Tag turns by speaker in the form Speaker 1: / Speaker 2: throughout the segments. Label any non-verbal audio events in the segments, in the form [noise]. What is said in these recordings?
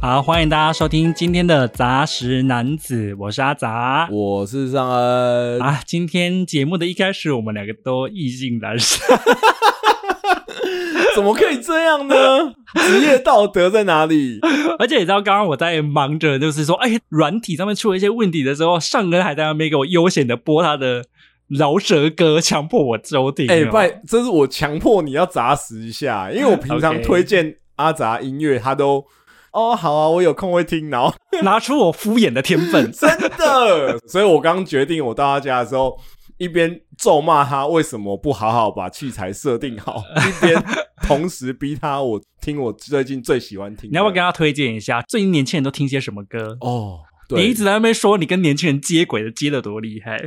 Speaker 1: 好，欢迎大家收听今天的杂食男子，我是阿 [laughs] 杂。
Speaker 2: 我是尚
Speaker 1: [laughs]
Speaker 2: 恩，
Speaker 1: 啊，今天节目的一开始，我们两个都意兴阑珊。
Speaker 2: 怎么可以这样呢？ [laughs] 职业道德在
Speaker 1: [laughs]
Speaker 2: 哪里？
Speaker 1: 而且你知道，刚刚我在忙着，就是说，哎、软体上面出了一些问题的时候，上恩还在那边给我悠闲的播他的饶舌歌，强迫我收听。哦
Speaker 2: 哎、拜，这是我强迫你要砸实一下，因为我平
Speaker 1: [laughs]
Speaker 2: 常
Speaker 1: OK
Speaker 2: 推荐阿杂音乐，他都哦好啊，我有空会听，然后。
Speaker 1: 拿出我敷衍的天分
Speaker 2: [laughs] 真的，所以我刚决定，我到他家的时候。一边咒骂他为什么不好好把器材设定
Speaker 1: [laughs]
Speaker 2: 好，一边同时逼他我听我最近最喜欢听的。
Speaker 1: 你要不要跟他推荐一下，最近年轻人都听些什么歌？
Speaker 2: 哦，对，
Speaker 1: 你一直在那边说你跟年轻人接轨的接的多厉害，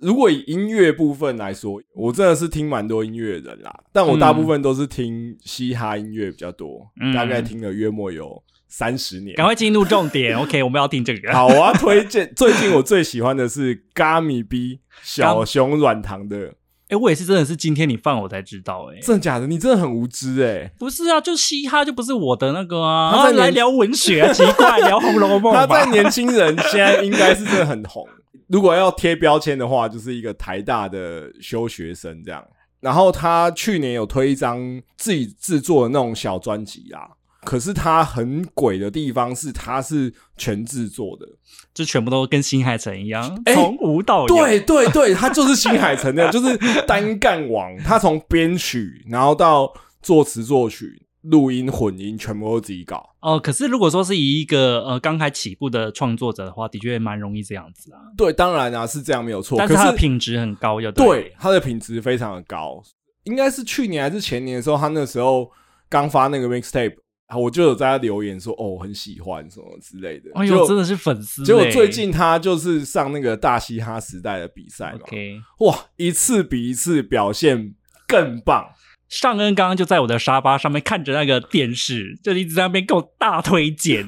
Speaker 2: 如果以音乐部分来说，我真的是听蛮多音乐的人啦，但我大部分都是听嘻哈音乐比较多，
Speaker 1: 嗯
Speaker 2: 大概听了约莫有三十年
Speaker 1: 赶。快进入重点。OK，我们要听这个。
Speaker 2: 好，我要推
Speaker 1: [laughs]
Speaker 2: 荐最近我最喜欢的是 Gummy B 小熊软
Speaker 1: [laughs]
Speaker 2: 糖的，
Speaker 1: 哎、我也是真的是今天你放我才知道、哎，
Speaker 2: 真的假的？你真的很无知哎、
Speaker 1: 不是啊，就嘻哈就不是我的那个啊，
Speaker 2: 他在
Speaker 1: 啊
Speaker 2: 年
Speaker 1: 来聊文学、
Speaker 2: [laughs]
Speaker 1: 啊，奇怪，聊《红楼梦》
Speaker 2: 他
Speaker 1: 吧
Speaker 2: 在。年轻人现在应该是真的很红。 [laughs] 如果要贴标签的话，就是一个台大的休学生这样。然后他去年有推一张自己制作的那种小专辑啦，可是他很鬼的地方是，他是全制作的。
Speaker 1: 就全部都跟新海诚一样，
Speaker 2: 哎
Speaker 1: 从无到有。
Speaker 2: 对对对，他就是新海诚那样，就是单干王。他从编曲，然后到作词作曲、录音、混音，全部都自己搞。
Speaker 1: 哦，可是如果说是以一个呃刚开起步的创作者的话，的确蛮容易这样子啊。
Speaker 2: 对，当然啊是这样没有错，
Speaker 1: 但
Speaker 2: 可
Speaker 1: 是
Speaker 2: 是
Speaker 1: 它的品质很高，又
Speaker 2: 对，它的品质非常的高。应该是去年还是前年的时候，他那时候刚发那个 mixtape，啊我就有在他留言说哦，我很喜欢什么之类的。
Speaker 1: 哎
Speaker 2: 结
Speaker 1: 呦，
Speaker 2: 果
Speaker 1: 真的是粉丝、欸。
Speaker 2: 结果最近他就是上那个大嘻哈时代的比赛嘛，
Speaker 1: OK，
Speaker 2: 哇，一次比一次表现更棒。
Speaker 1: 尚恩刚刚就在我的沙发上面看着那个电视，就一直在那边给我大推
Speaker 2: [laughs]
Speaker 1: 荐，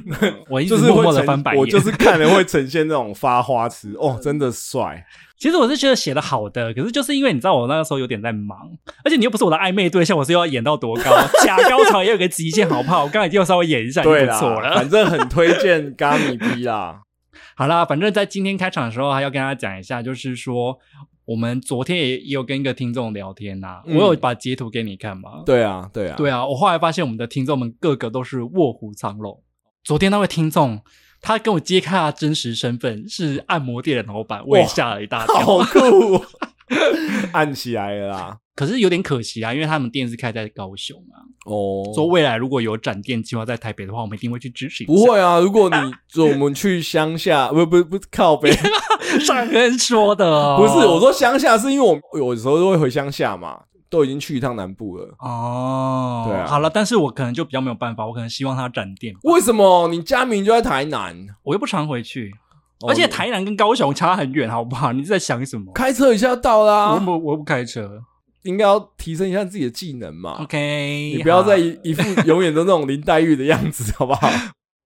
Speaker 1: 我一直
Speaker 2: 就是
Speaker 1: 默
Speaker 2: 会
Speaker 1: 默的
Speaker 2: 呈
Speaker 1: 翻白眼。
Speaker 2: 我就是看了会呈现那种发花痴，哦，真
Speaker 1: [laughs]
Speaker 2: 的帅，
Speaker 1: 其实我是觉得写的好的，可是就是因为你知道我那个时候有点在忙，而且你又不是我的暧昧对象，我是要演到多高？ [laughs] 假高潮也有个极限，好不好？我刚才就稍微演一下就
Speaker 2: 对
Speaker 1: 不
Speaker 2: 啦
Speaker 1: 错，了。
Speaker 2: 反正很推荐 Gummy B 啦，
Speaker 1: 好啦，反正在今天开场的时候还要跟大家讲一下，就是说我们昨天也也有跟一个听众聊天呐、
Speaker 2: 嗯
Speaker 1: 我有把截图给你看吗？
Speaker 2: 对啊，对啊，
Speaker 1: 对啊，我后来发现我们的听众们个个都是卧虎藏龙。昨天那位听众，他跟我揭开他真实身份是按摩店的老板，我也
Speaker 2: 哇
Speaker 1: 吓了一大跳。
Speaker 2: [laughs] 好酷哦，按起来了啦。
Speaker 1: 可是有点可惜啊，因为他们店是开在高雄啊。
Speaker 2: 哦，
Speaker 1: 说未来如果有展店计划在台北的话，我们一定会去支持一下。
Speaker 2: 不会啊，如果你就我们去乡下，不不不靠 [laughs] 北，不
Speaker 1: [laughs] 上恩说的、
Speaker 2: [laughs]
Speaker 1: 哦，
Speaker 2: 是我说乡下，是因为我们有时候都会回乡下嘛，都已经去一趟南部了。
Speaker 1: 哦，
Speaker 2: 对啊
Speaker 1: 好了，但是我可能就比较没有办法，我可能希望他展店，
Speaker 2: 为什么你家明就在台南？
Speaker 1: 我又不常回去，
Speaker 2: 哦
Speaker 1: 而且台南跟高雄差很远，好不好？你在想什么？
Speaker 2: 开车一下到
Speaker 1: 我
Speaker 2: 啦，
Speaker 1: 不，我不开车。
Speaker 2: 应该要提升一下自己的技能嘛。
Speaker 1: OK，
Speaker 2: 啊你不
Speaker 1: 好
Speaker 2: 要再一一副永远都那种林黛玉的样子，好不好？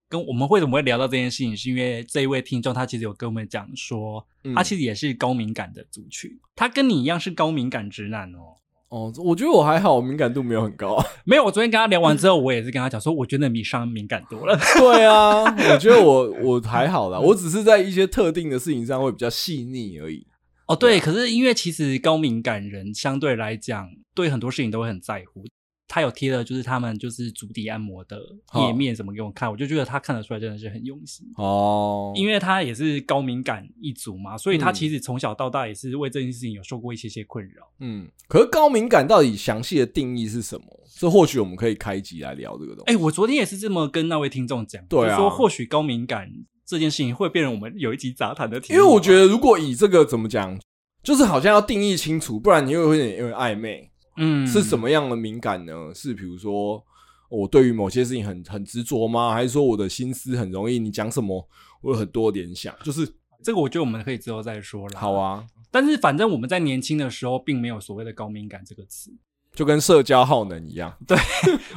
Speaker 1: 跟我们为什么会聊到这件事情，是因为这一位听众他其实有跟我们讲说，
Speaker 2: 嗯
Speaker 1: 他其实也是高敏感的族群，他跟你一样是高敏感直男哦。
Speaker 2: [laughs] 哦，我觉得我还好，我敏感度没有很高。
Speaker 1: 没有，我昨天跟他聊完之后，我也是跟他讲说，我觉得你比上敏感多了。
Speaker 2: [laughs] 对啊，我觉得我我还好
Speaker 1: 嗯
Speaker 2: 啦，我只是在一些特定的事情上会比较细腻而已。
Speaker 1: 哦，对，
Speaker 2: 啊
Speaker 1: 可是因为其实高敏感人相对来讲，对很多事情都会很在乎。他有贴了，就是他们就是足底按摩的页面怎么给我看，我就觉得他看得出来真的是很用心，
Speaker 2: 哦
Speaker 1: 因为他也是高敏感一族嘛，所以他
Speaker 2: 嗯
Speaker 1: 其实从小到大也是为这件事情有受过一些些困扰。
Speaker 2: 嗯，可是高敏感到底详细的定义是什么？这或许我们可以开集来聊这个东西。
Speaker 1: 哎、我昨天也是这么跟那位听众讲，
Speaker 2: 对啊
Speaker 1: 就说或许高敏感这件事情会变成我们有一集杂谈的题目，啊
Speaker 2: 因为我觉得如果以这个怎么讲，就是好像要定义清楚，不然你会有点有点暧昧。
Speaker 1: 嗯
Speaker 2: 是什么样的敏感呢？是比如说我对于某些事情很很执着吗？还是说我的心思很容易？你讲什么，我有很多联想，就是
Speaker 1: 这个我觉得我们可以之后再说啦。
Speaker 2: 好，啊，
Speaker 1: 但是反正我们在年轻的时候并没有所谓的高敏感这个词，
Speaker 2: 就跟社交耗能一
Speaker 1: [laughs]
Speaker 2: 样。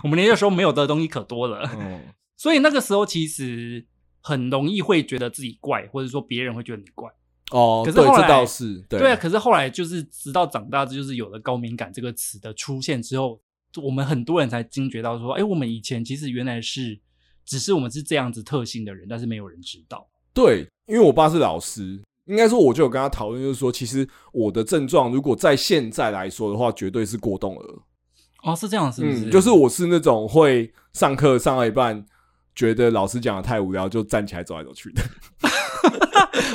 Speaker 1: 我们年轻的时候没有的东西可多了，
Speaker 2: 嗯，
Speaker 1: 所以那个时候其实很容易会觉得自己怪，或者说别人会觉得你怪。
Speaker 2: 哦，
Speaker 1: 可
Speaker 2: 对，
Speaker 1: 是后来
Speaker 2: 这倒是对。
Speaker 1: 对啊，可是后来就是直到长大，就是有了“高敏感”这个词的出现之后，我们很多人才惊觉到说，哎，我们以前其实原来是只是我们是这样子特性的人，但是没有人知道。
Speaker 2: 对，因为我爸是老师，应该说我就有跟他讨论，就是说，其实我的症状如果在现在来说的话，绝对是过动儿。
Speaker 1: 哦，是这样，是不是？
Speaker 2: 嗯，就是我是那种会上课上到一半，觉得老师讲的太无聊，就站起来走来走去的。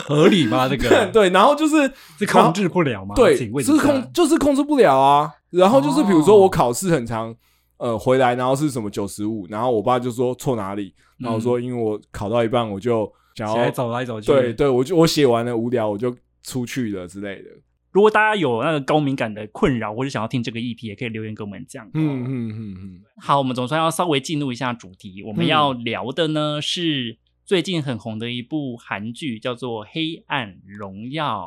Speaker 1: 合理
Speaker 2: [laughs]
Speaker 1: 吗？这个
Speaker 2: 对，然后就是
Speaker 1: 啊是控制不了吗？
Speaker 2: 对，
Speaker 1: 请问一
Speaker 2: 是
Speaker 1: 下哦
Speaker 2: 控就是控制不了啊。然后就是比如说我考试很长，呃，回来然后是什么九十五，然后我爸就说错哪里，然后我说因为我考到一半我就想
Speaker 1: 嗯起来
Speaker 2: 要
Speaker 1: 走来走去。
Speaker 2: 对，对，我就我写完了无聊我就出去了之类的。
Speaker 1: 如果大家有那个高敏感的困扰，或者想要听这个议题，也可以留言跟我们讲。
Speaker 2: 嗯嗯嗯嗯，
Speaker 1: 好，我们总算要稍微进入一下主题。我们
Speaker 2: 嗯
Speaker 1: 要聊的呢、是最近很红的一部韩剧，叫做《黑暗荣耀》。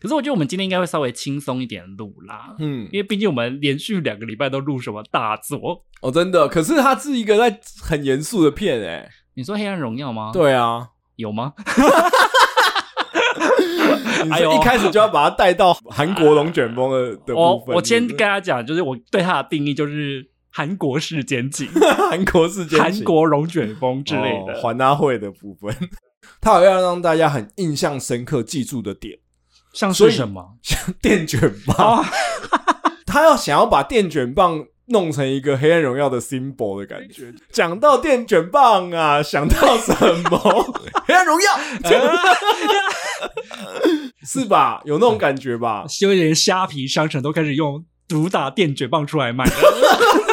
Speaker 1: 可是我觉得我们今天应该会稍微轻松一点录啦，
Speaker 2: 嗯
Speaker 1: 因为毕竟我们连续两个礼拜都录什么大作。
Speaker 2: 哦，真的，可是它是一个在很严肃的片哎、
Speaker 1: 你说《黑暗荣耀》吗？，
Speaker 2: 对啊，
Speaker 1: 有吗？
Speaker 2: 你
Speaker 1: [laughs] 哎呦
Speaker 2: 是一开始就要把它带到韩国龙卷
Speaker 1: [laughs]
Speaker 2: 风的的部
Speaker 1: 我
Speaker 2: 分。
Speaker 1: 哦我先
Speaker 2: 是
Speaker 1: 跟
Speaker 2: 不是
Speaker 1: 大家讲，就是我对它的定义就是韩国式奸情、
Speaker 2: 韩国事件，
Speaker 1: 韩国龙卷风之类
Speaker 2: 哦
Speaker 1: 的。
Speaker 2: 环大会的部分， [laughs] 它好像让大家很印象深刻、记住的点， [laughs]
Speaker 1: 像
Speaker 2: 所
Speaker 1: 是
Speaker 2: 以
Speaker 1: 什么？
Speaker 2: 像电卷棒，
Speaker 1: 啊，
Speaker 2: 他要想要把电卷棒。弄成一个黑暗荣耀的 symbol 的感觉。讲到电卷棒啊，想到什么？ [laughs] 黑暗 [laughs] 荣
Speaker 1: 啊
Speaker 2: 耀是吧？有那种感觉吧？
Speaker 1: [laughs] 就连虾皮商城都开始用主打电卷棒出来卖了。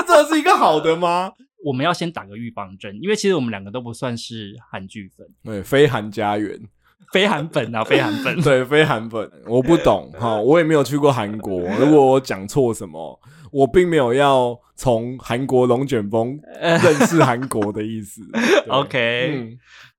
Speaker 2: 这是一个好的吗？
Speaker 1: 我们要先打个预防针，因为其实我们两个都不算是韩剧粉，
Speaker 2: 对，哎非韩家园。。
Speaker 1: 非韩粉啊，非韩粉
Speaker 2: 对，非韩粉，我不 [laughs] 懂哈，我也没有去过韩国。如果我讲错什么，我并没有要从韩国龙卷风认识韩国的意思。对 [laughs]
Speaker 1: OK，、
Speaker 2: 嗯，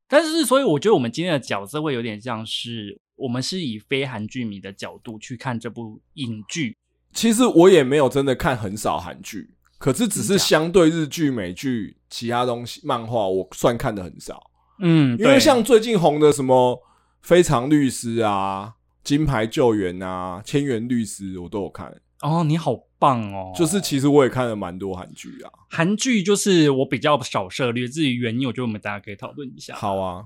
Speaker 1: 但是所以我觉得我们今天的角色会有点像是我们是以非韩剧迷的角度去看这部影剧。
Speaker 2: 其实我也没有真的看很少韩剧，可是只
Speaker 1: 真
Speaker 2: 是
Speaker 1: 假
Speaker 2: 相对日剧、美剧、其他东西、漫画，我算看的很少。
Speaker 1: 嗯，
Speaker 2: 因为
Speaker 1: 对
Speaker 2: 像最近红的什么《非常律师》啊、《金牌救援》啊、《千元律师》，我都有看。
Speaker 1: 哦，你好棒哦，
Speaker 2: 就是其实我也看了蛮多韩剧啊。
Speaker 1: 韩剧就是我比较少涉猎，至于原因，我觉得我们大家可以讨论一下。
Speaker 2: 好啊，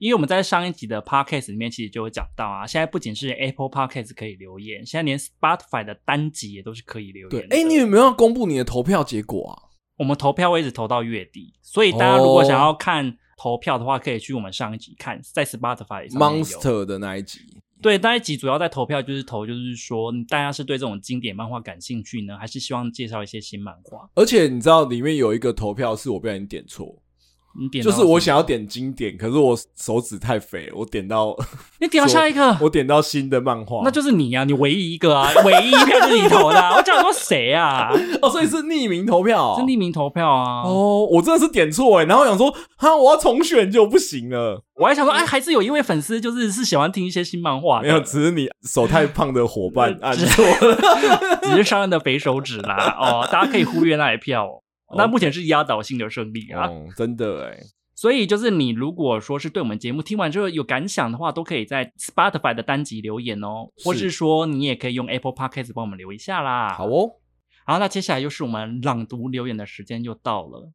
Speaker 1: 因为我们在上一集的 podcast 里面其实就有讲到啊，现在不仅是 Apple podcast 可以留言，现在连 Spotify 的单集也都是可以留
Speaker 2: 对
Speaker 1: 言，的。
Speaker 2: 哎、你有没有要公布你的投票结果啊？
Speaker 1: 我们投票会一直投到月底，所以大家如果
Speaker 2: 哦
Speaker 1: 想要看投票的话，可以去我们上一集看，在 Spotify 上面有。
Speaker 2: Monster 的那一集，
Speaker 1: 对，那一集主要在投票，就是投，就是说大家是对这种经典漫画感兴趣呢，还是希望介绍一些新漫画？
Speaker 2: 而且你知道里面有一个投票是我不小心点错，
Speaker 1: 你点到
Speaker 2: 就是我
Speaker 1: 什
Speaker 2: 想要点经典，可是我手指太肥，我点到 [laughs]
Speaker 1: 么，你点到下一个，
Speaker 2: 我点到新的漫画，
Speaker 1: 那就是你呀、啊，你唯一一个啊，唯一一票就是你投的、啊。我讲说谁啊？是
Speaker 2: [laughs] 哦，所以是匿名投票、哦，
Speaker 1: 匿名投票啊。
Speaker 2: 哦，我真的是点错哎，然后想说哈，我要重选就不行了，
Speaker 1: 我还想说，哎，还是有一位粉丝就是是喜欢听一些新漫画的，
Speaker 2: 没有，只是你手太胖的伙
Speaker 1: [laughs]
Speaker 2: 伴按
Speaker 1: 啊
Speaker 2: 错了，
Speaker 1: 只是上岸的肥手指啦。哦，大家可以忽略那一票、哦。那目前是压倒性的胜利啊，
Speaker 2: 哦，真的哎，
Speaker 1: 所以就是你如果说是对我们节目听完之后有感想的话，都可以在 Spotify 的单集留言哦，
Speaker 2: 是
Speaker 1: 或是说你也可以用 Apple Podcast 帮我们留一下啦。
Speaker 2: 好哦，
Speaker 1: 好，那接下来又是我们朗读留言的时间又到了。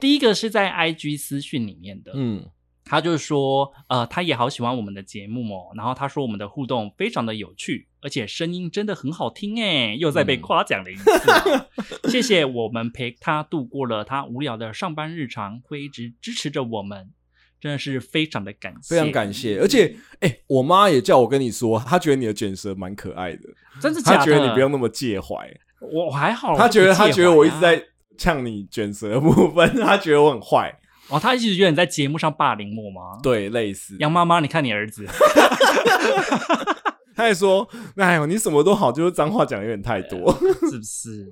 Speaker 1: 第一个是在 IG 私讯里面的，
Speaker 2: 嗯，
Speaker 1: 他就是说，呃，他也好喜欢我们的节目哦，然后他说我们的互动非常的有趣，而且声音真的很好听哎，又
Speaker 2: 嗯
Speaker 1: 再被夸奖了一次、哦谢谢我们陪他度过了他无聊的上班日常，会一直支持着我们，真的是非常的感谢，
Speaker 2: 非常感谢，而且哎、我妈也叫我跟你说，她觉得你的卷舌蛮可爱的。
Speaker 1: 嗯真的假
Speaker 2: 他
Speaker 1: 的？
Speaker 2: 觉得你不用，那么介怀，
Speaker 1: 我我还好，
Speaker 2: 他觉得他觉得我一直
Speaker 1: 我不介怀啊
Speaker 2: 在呛你卷舌的部分， [laughs] 他觉得我很坏，
Speaker 1: 哦，他一直觉得你在节目上霸凌我吗？，
Speaker 2: 对，类似。
Speaker 1: 杨妈妈，你看你儿子，
Speaker 2: 他还说：“哎呦，你什么都好，就是脏话讲得有点太多。
Speaker 1: [laughs] 是不是？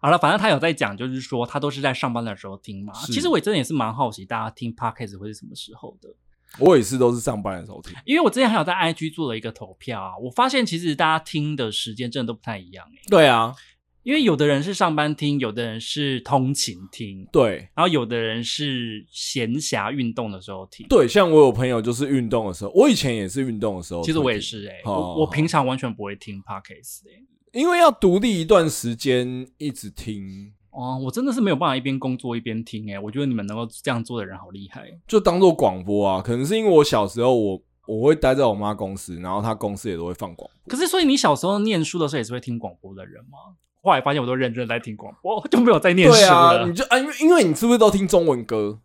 Speaker 1: 好了，反正他有在讲，就是说他都是在上班的时候听嘛。
Speaker 2: 是
Speaker 1: 其实我真的也是蛮好奇，大家听 podcast 会是什么时候的？”
Speaker 2: [laughs] 我也是都是上班的时候听，
Speaker 1: 因为我之前还有在 IG 做了一个投票啊，我发现其实大家听的时间真的都不太一样、欸、
Speaker 2: 对啊，
Speaker 1: 因为有的人是上班听，有的人是通勤听，
Speaker 2: 对
Speaker 1: 然后有的人是闲暇运动的时候听。，
Speaker 2: 对，像我有朋友就是运动的时候，我以前也是运动的时候，
Speaker 1: 其实我也，是哎、欸
Speaker 2: 哦
Speaker 1: 我我平欸常完全不会听 podcast 哎、
Speaker 2: 因为要独立一段时间一直听，
Speaker 1: 哦，我真的是没有办法一边工作一边听哎、我觉得你们能够这样做的人好厉害。
Speaker 2: 就当做广播啊。可能是因为我小时候我我会待在我妈公司，然后她公司也都会放广播。
Speaker 1: 可是，所以你小时候念书的时候也是会听广播的人吗？后来发现我都认真在听广播， [laughs] 我就没有在念书
Speaker 2: 对
Speaker 1: 了。
Speaker 2: 啊，你就啊，因为因为你是不是都听中文歌？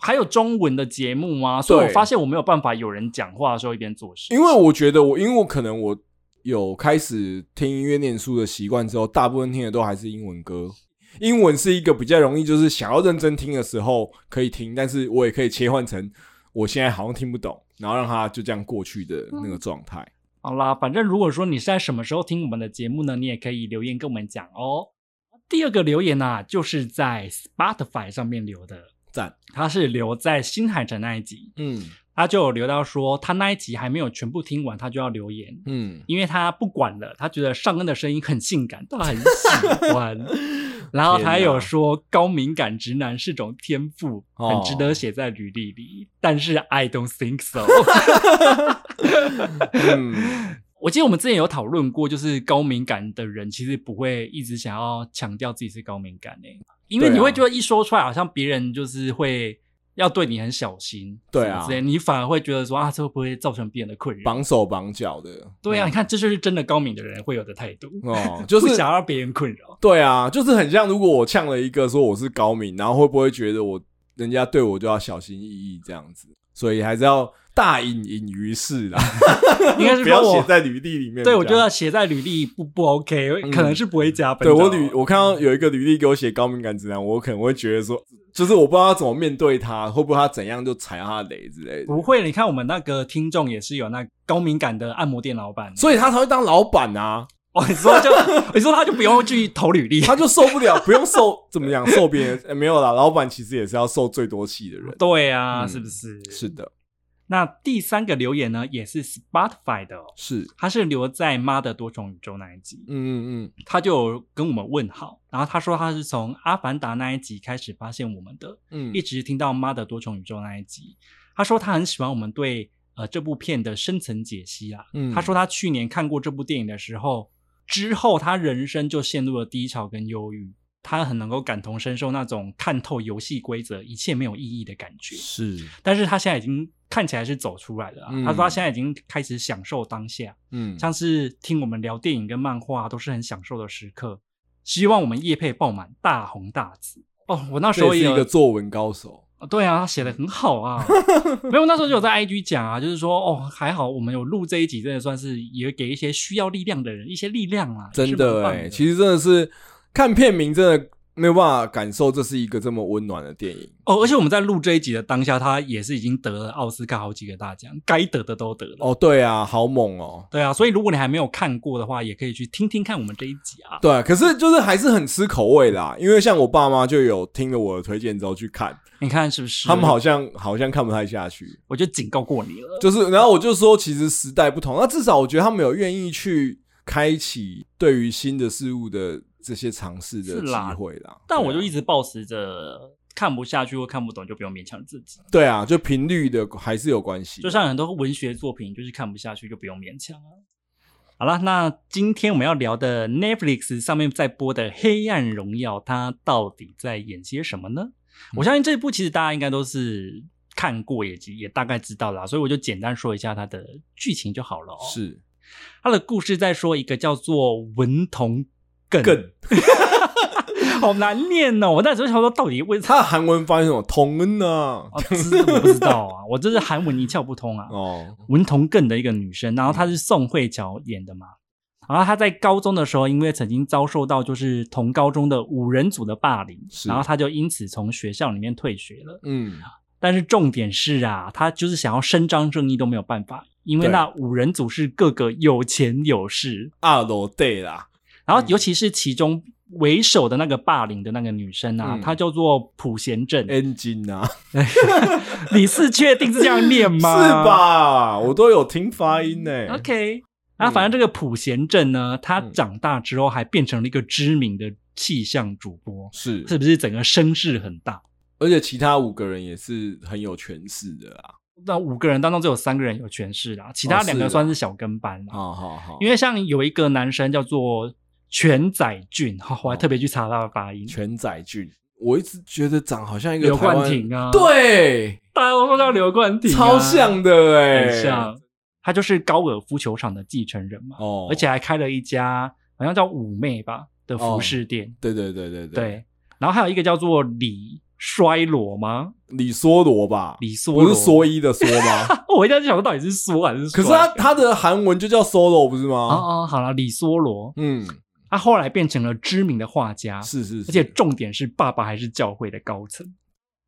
Speaker 1: 还有中文的节目吗？所以
Speaker 2: 对
Speaker 1: 我发现我没有办法有人讲话的时候一边做事。
Speaker 2: 因为我觉得我，因为我可能我有开始听音乐、念书的习惯之后，大部分听的都还是英文歌。英文是一个比较容易，就是想要认真听的时候可以听，但是我也可以切换成我现在好像听不懂，然后让它就这样过去的那个状态。
Speaker 1: 好啦，反正如果说你是在什么时候听我们的节目呢，你也可以留言跟我们讲哦。第二个留言啊，就是在 Spotify 上面留的，
Speaker 2: 赞，
Speaker 1: 他是留在新海诚那一集，
Speaker 2: 嗯
Speaker 1: 他就有留到说他那一集还没有全部听完，他就要留言，
Speaker 2: 嗯，
Speaker 1: 因为他不管了，他觉得尚恩的声音很性感，他很喜 [laughs] 欢。然后他有说高敏感直男是种天赋，
Speaker 2: 哦
Speaker 1: 很值得写在履历里。但是 I don't think so。
Speaker 2: 嗯
Speaker 1: 我记得我们之前有讨论过，就是高敏感的人其实不会一直想要强调自己是高敏感诶、因为
Speaker 2: 对啊
Speaker 1: 你会觉得一说出来，好像别人就是会要对你很小心，
Speaker 2: 对
Speaker 1: 什
Speaker 2: 啊
Speaker 1: 么之类你反而会觉得说啊，这会不会造成别人的困扰？
Speaker 2: 绑手绑脚的，
Speaker 1: 对啊，你看，这就是真的高敏的人会有的态度， [laughs]
Speaker 2: 哦，嗯就
Speaker 1: 不
Speaker 2: 是
Speaker 1: 想要让别人困
Speaker 2: [laughs]
Speaker 1: 扰。
Speaker 2: 对啊，就是很像，如果我呛了一个说我是高敏，然后会不会觉得我人家对我就要小心翼翼这样子？所以还是要大隐隐于市啦，
Speaker 1: 应该是
Speaker 2: 不要
Speaker 1: 说
Speaker 2: 写
Speaker 1: 我
Speaker 2: 在履历里面。
Speaker 1: 对我
Speaker 2: 比
Speaker 1: 觉
Speaker 2: 较
Speaker 1: 得
Speaker 2: 好
Speaker 1: 写在履历不不 OK，、可能是不会加分
Speaker 2: 嗯对
Speaker 1: 的哦。
Speaker 2: 我履我看到有一个履历给我写高敏感直男，我可能会觉得说，就是我不知道要怎么面对他，会不会他怎样就踩他的雷之类的，
Speaker 1: 不会，你看我们那个听众也是有那高敏感的按摩店老板，
Speaker 2: [laughs] 所以他才会当老板啊，
Speaker 1: 哦， [laughs] 你说就你说他就不用去投履
Speaker 2: [laughs]
Speaker 1: 历，
Speaker 2: 他就受不了，不用受怎么讲受别人、呃没有啦，老板其实也是要受最多气的人。
Speaker 1: 对啊，
Speaker 2: 嗯
Speaker 1: 是不是？
Speaker 2: 是。的，
Speaker 1: 那第三个留言呢，也是 Spotify 的、哦，
Speaker 2: 是，
Speaker 1: 他是留在《妈的多重宇宙》那一集，
Speaker 2: 嗯嗯嗯，
Speaker 1: 他就有跟我们问好，然后他说他是从《阿凡达》那一集开始发现我们的，
Speaker 2: 嗯
Speaker 1: 一直听到《妈的多重宇宙》那一集，他说他很喜欢我们对呃这部片的深层解析啦。
Speaker 2: 嗯
Speaker 1: 他说他去年看过这部电影的时候，之后他人生就陷入了低潮跟忧郁，他很能够感同身受那种看透游戏规则、一切没有意义的感觉。
Speaker 2: 是，
Speaker 1: 但是他现在已经看起来是走出来了啊、
Speaker 2: 嗯
Speaker 1: 他说他现在已经开始享受当下，
Speaker 2: 嗯
Speaker 1: 像是听我们聊电影跟漫画啊都是很享受的时刻。希望我们业配爆满，大红大紫哦！我那时
Speaker 2: 这
Speaker 1: 候
Speaker 2: 也
Speaker 1: 也
Speaker 2: 是一
Speaker 1: 有
Speaker 2: 个作文高手。
Speaker 1: 哦对啊，他写的很好啊。 [laughs] 没有，那时候就有在 IG 讲啊，就是说哦，还好我们有录这一集，真的算是也给一些需要力量的人一些力量啊。
Speaker 2: 真
Speaker 1: 的
Speaker 2: 的
Speaker 1: 哎、
Speaker 2: 哎、其实真的是看片名真的没有办法感受这是一个这么温暖的电影。
Speaker 1: 哦，而且我们在录这一集的当下，他也是已经得了奥斯卡好几个大奖，该得的都得了。
Speaker 2: 哦，对啊，好猛哦、
Speaker 1: 对啊，所以如果你还没有看过的话，也可以去听听看我们这一集啊。
Speaker 2: 对啊、可是就是还是很吃口味啦，因为像我爸妈就有听了我的推荐之后去看，
Speaker 1: 你看是不是？
Speaker 2: 他们好，像好像看不太下去，
Speaker 1: 我就警告过你了。
Speaker 2: 就是然后我就说其实时代不同，那至少我觉得他们有愿意去开启对于新的事物的这些尝试的
Speaker 1: 是
Speaker 2: 机
Speaker 1: 啦
Speaker 2: 会啦。啊
Speaker 1: 但我就一
Speaker 2: 直
Speaker 1: 直抱持着看不下去或看不懂就不用勉强自己。
Speaker 2: 对啊，就频率的还是有关系，
Speaker 1: 就像很多文学作品，就是看不下去就不用勉强啊。好啦，那今天我们要聊的 Netflix 上面在播的《黑暗荣耀》，它到底在演些什么呢？我相信这一部其实大家应该都是看过，也也大概知道啦，所以我就简单说一下它的剧情就好了、哦。，
Speaker 2: 是
Speaker 1: 它的故事在说一个叫做文童梗，
Speaker 2: 更。
Speaker 1: 好难念哦。我那时候想说，到底为啥？
Speaker 2: 他的韩文翻译是什么？同恩呢？
Speaker 1: 啊，知我不知道啊，我真是韩文一窍不通啊。
Speaker 2: 哦，
Speaker 1: 文同亘的一个女生，然后她
Speaker 2: 嗯
Speaker 1: 是宋慧乔演的嘛。然后她在高中的时候，因为曾经遭受到就是同高中的五人组的霸凌，
Speaker 2: 是
Speaker 1: 然后她就因此从学校里面退学了。
Speaker 2: 嗯，
Speaker 1: 但是重点是啊，她就是想要伸张正义都没有办法，因为
Speaker 2: 对
Speaker 1: 那五人组是个个有钱有势，
Speaker 2: 二楼 day 啦，
Speaker 1: 然
Speaker 2: 嗯
Speaker 1: 后尤其是其中为首的那个霸凌的那个女生啊，
Speaker 2: 嗯
Speaker 1: 她叫做朴贤镇。
Speaker 2: n g 啊，
Speaker 1: 你是确定是这样念
Speaker 2: [laughs] 是
Speaker 1: 吗？
Speaker 2: 吧？我都有听发音呢。
Speaker 1: OK，然后反
Speaker 2: 嗯
Speaker 1: 正这个普贤镇呢，他长大之后还变成了一个知名的气象主播，
Speaker 2: 是，
Speaker 1: 是不是整个声势很大？
Speaker 2: 而且其他五个人也是很有权势的啊啦。
Speaker 1: 那五个人当中只有三个人有权势啦，其他两个
Speaker 2: 哦是啊
Speaker 1: 算是小跟班啦。
Speaker 2: 好好好，
Speaker 1: 因为像有一个男生叫做全宰俊，哈，我还特别去查他的发音。
Speaker 2: 哦全宰俊，我一直觉得长好像一个
Speaker 1: 刘
Speaker 2: 台湾
Speaker 1: 冠廷啊，，
Speaker 2: 对，
Speaker 1: 大家都说叫刘冠廷啊、
Speaker 2: 超像的哎、
Speaker 1: 很像。他就是高尔夫球场的继承人嘛，
Speaker 2: 哦，
Speaker 1: 而且还开了一家好像叫五妹吧的服饰店，
Speaker 2: 对对对对，
Speaker 1: 对。然后还有一个叫做李衰罗吗？
Speaker 2: 李梭罗吧，
Speaker 1: 李梭罗
Speaker 2: 不是蓑衣的蓑吗？
Speaker 1: [laughs] 我一下就想到底是缩还是衰？
Speaker 2: 可是他他的韩文就叫 solo 不是吗？
Speaker 1: 哦哦，好了，李梭罗，
Speaker 2: 嗯，
Speaker 1: 他后来变成了知名的画家，
Speaker 2: 是是是，
Speaker 1: 而且重点是爸爸还是教会的高层。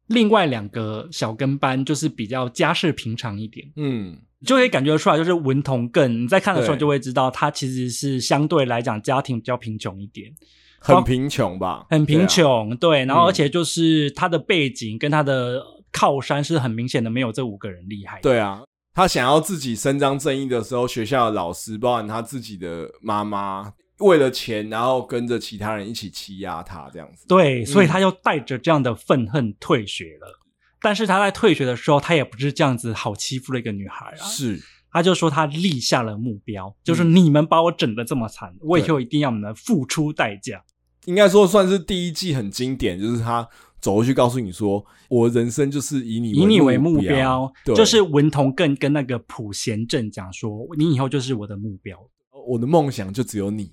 Speaker 1: 另外两个小跟班就是比较家世平常一点，
Speaker 2: 嗯，
Speaker 1: 你就可以感觉出来，就是文童更你在看的时候
Speaker 2: 对
Speaker 1: 就会知道，他其实是相对来讲家庭比较贫穷一点，
Speaker 2: 很贫穷吧，
Speaker 1: 很贫
Speaker 2: 对啊，
Speaker 1: 穷，对，然后
Speaker 2: 嗯
Speaker 1: 而且就是他的背景跟他的靠山是很明显的没有这五个人厉害，，
Speaker 2: 对啊。他想要自己伸张正义的时候，学校的老师，包含他自己的妈妈，为了钱，然后跟着其他人一起欺压他，这样子。
Speaker 1: 对，所以
Speaker 2: 嗯
Speaker 1: 他就带着这样的愤恨退学了。但是他在退学的时候，他也不是这样子好欺负的一个女孩啊，
Speaker 2: 是，嗯
Speaker 1: 他就说他立下了目标，就是你们把我整的这么惨，我以后一定要你们付出代价。
Speaker 2: 应该说算是第一季很经典，就是他走过去告诉你说，我人生就是以你
Speaker 1: 以你为
Speaker 2: 目
Speaker 1: 目标，
Speaker 2: 对
Speaker 1: 就是文同更跟那个普贤正讲说，你以后就是我的目标。
Speaker 2: 我的梦想就只
Speaker 1: [laughs]
Speaker 2: 有你，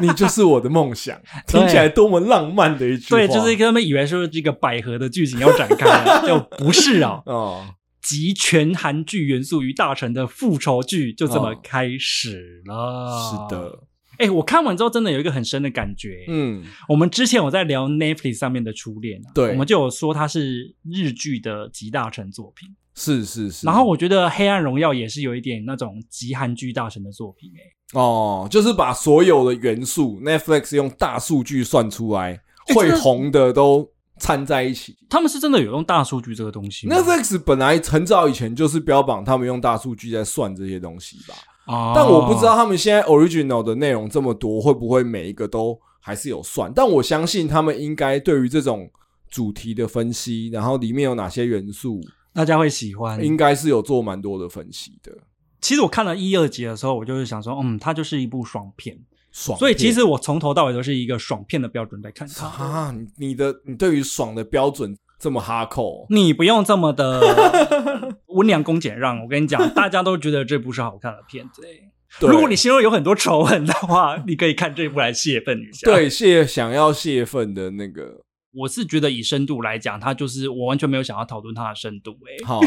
Speaker 2: 你就是我的梦想，
Speaker 1: 对
Speaker 2: 听起来多么浪漫的一句话。
Speaker 1: 对，就是他们以为说这个百合的剧情要展开
Speaker 2: [laughs]
Speaker 1: 了，就不是哦，
Speaker 2: 哦，
Speaker 1: 集全韩剧元素于大成的复仇剧就这么开始了。
Speaker 2: 哦是，的，
Speaker 1: 哎，我看完之后真的有一个很深的感觉。
Speaker 2: 嗯，
Speaker 1: 我们之前我在聊 Netflix 上面的初恋、啊，
Speaker 2: 对
Speaker 1: 我们就有说它是日剧的集大成作品。
Speaker 2: 是是是。
Speaker 1: 然后我觉得《黑暗荣耀》也是有一点那种集韩剧大神的作品、欸，
Speaker 2: 哦，就是把所有的元素，Netflix 用大数据算出来，会红的都掺在一起。
Speaker 1: 他们是真的有用大数据这个东西吗？
Speaker 2: Netflix 本来很早以前就是标榜他们用大数据在算这些东西吧，
Speaker 1: 哦
Speaker 2: 但我不知道他们现在 original 的内容这么多，会不会每一个都还是有算？但我相信他们应该对于这种主题的分析，然后里面有哪些元素，
Speaker 1: 大家会喜欢。
Speaker 2: 应该是有做蛮多的分析的。
Speaker 1: 其实我看了一二集的时候，我就是想说，嗯，它就是一部爽片，
Speaker 2: 爽片，
Speaker 1: 所以其实我从头到尾都是一个爽片的标准在看它。
Speaker 2: 啊，你你的你对于爽的标准这么哈扣，
Speaker 1: 你不用这么的温良恭俭让，我跟你讲，大家都觉得这部是好看的片子、欸。
Speaker 2: [laughs] 对
Speaker 1: 如果你心中有很多仇恨的话，你可以看这部来泄愤一下。
Speaker 2: [laughs] 对泄想要泄愤的那个，
Speaker 1: 我是觉得以深度来讲，它就是我完全没有想要讨论它的深度、欸。
Speaker 2: 好好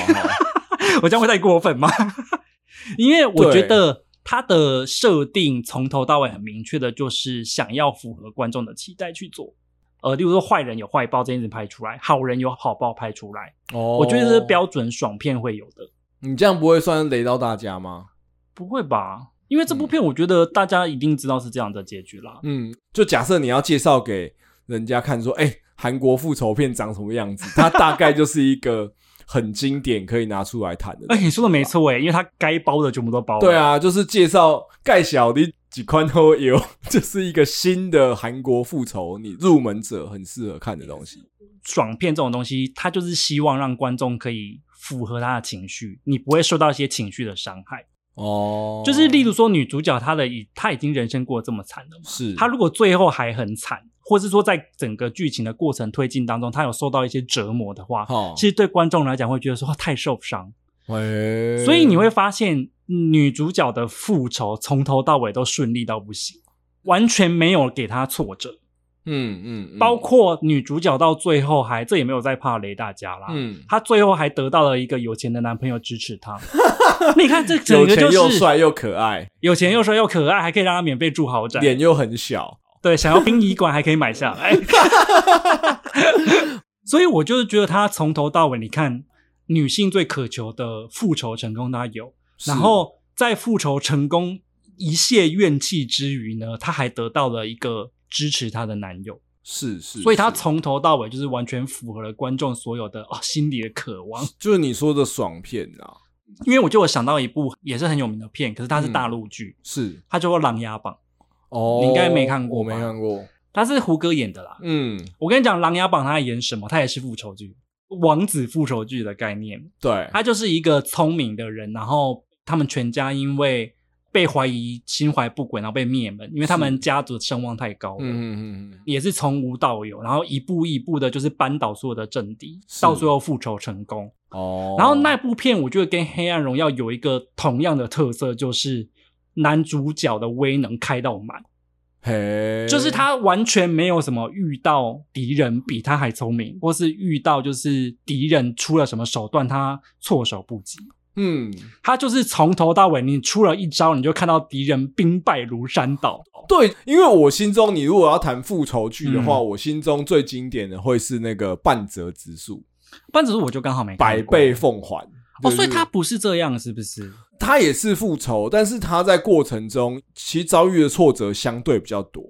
Speaker 1: 我这样会太过分吗？ [laughs] 因为我觉得它的设定从头到尾很明确的，就是想要符合观众的期待去做。呃，例如说坏人有坏报这件事拍出来，好人有好报拍出来，[laughs]
Speaker 2: 哦，
Speaker 1: 我觉得这是标准爽片会有的。
Speaker 2: 你这样不会算雷到大家吗？
Speaker 1: 不会吧？因为这部片，我觉得大家一定知道是这样的结局啦。
Speaker 2: 嗯，就假设你要介绍给人家看，说，哎、韩国复仇片长什么样子？它大概就是一个很经典，可以拿出来谈的。
Speaker 1: 哎、你说的没错哎、因为它该包的全部都包了。
Speaker 2: 对，啊，就是介绍盖小的几款都有， [laughs] 就是一个新的韩国复仇，你入门者很适合看的东西。
Speaker 1: 爽片这种东西，它就是希望让观众可以符合他的情绪，你不会受到一些情绪的伤害。
Speaker 2: 哦，
Speaker 1: 就是例如说女主角她的已她已经人生过得这么惨了嘛，
Speaker 2: 是
Speaker 1: 她如果最后还很惨，或是说在整个剧情的过程推进当中，她有受到一些折磨的话，
Speaker 2: 哦
Speaker 1: 其实对观众来讲会觉得说哇太受伤，
Speaker 2: 喂
Speaker 1: 所以你会发现女主角的复仇从头到尾都顺利到不行，完全没有给她挫折，
Speaker 2: 嗯嗯，嗯
Speaker 1: 包括女主角到最后还这也没有在怕雷大家啦，
Speaker 2: 嗯，
Speaker 1: 她最后还得到了一个有钱的男朋友支持
Speaker 2: [laughs]
Speaker 1: 她，你看这整
Speaker 2: 有
Speaker 1: 个
Speaker 2: 钱
Speaker 1: 就是
Speaker 2: 又帅又可爱，
Speaker 1: 有钱又帅又可爱，还可以让他免费住豪宅。
Speaker 2: 脸又很小。
Speaker 1: 对，想要殡仪馆还可以买下
Speaker 2: [laughs]
Speaker 1: 来。所以我就是觉得他从头到尾，你看女性最渴求的复仇成功，她有，
Speaker 2: 是
Speaker 1: 然后在复仇成功一泄怨气之余呢，她还得到了一个支持她的男友，
Speaker 2: 是是，
Speaker 1: 所以她
Speaker 2: 是
Speaker 1: 从头到尾就是完全符合了观众所有的哦心里的渴望。
Speaker 2: 就是你说的爽片啊，
Speaker 1: 因为我就有想到一部也是很有名的片，可是它
Speaker 2: 嗯
Speaker 1: 是大陆剧，
Speaker 2: 是
Speaker 1: 它叫做《琅琊榜》，
Speaker 2: 哦，
Speaker 1: 你应该没看过
Speaker 2: 我
Speaker 1: 吧
Speaker 2: 没看过。
Speaker 1: 它是胡歌演的啦。
Speaker 2: 嗯，
Speaker 1: 我跟你讲，《琅琊榜》它演什么？它也是复仇剧，王子复仇剧的概念。
Speaker 2: 对，
Speaker 1: 他就是一个聪明的人，然后他们全家因为被怀疑心怀不轨，然后被灭门，因为他们家族声望太高了。
Speaker 2: 嗯嗯嗯，
Speaker 1: 也是从无到有，然后一步一步的，就是扳倒所有的政敌，
Speaker 2: 是
Speaker 1: 到最后复仇成功。
Speaker 2: 哦，
Speaker 1: 然后那部片，我觉得跟《黑暗荣耀》有一个同样的特色，就是男主角的威能开到满，
Speaker 2: 嘿，
Speaker 1: 就是他完全没有什么遇到敌人比他还聪明，或是遇到就是敌人出了什么手段，他措手不及。
Speaker 2: 嗯，
Speaker 1: 他就是从头到尾，你出了一招，你就看到敌人兵败如山倒。
Speaker 2: 对，因为我心中，你如果要谈复仇剧的话，
Speaker 1: 嗯
Speaker 2: 我心中最经典的会是那个半泽直树《
Speaker 1: 班子我就刚好没看
Speaker 2: 百
Speaker 1: 过
Speaker 2: 倍奉还》
Speaker 1: 哦，
Speaker 2: 就是
Speaker 1: 所以他不是这样，是不是？
Speaker 2: 他也是复仇，但是他在过程中其实遭遇的挫折相对比较多。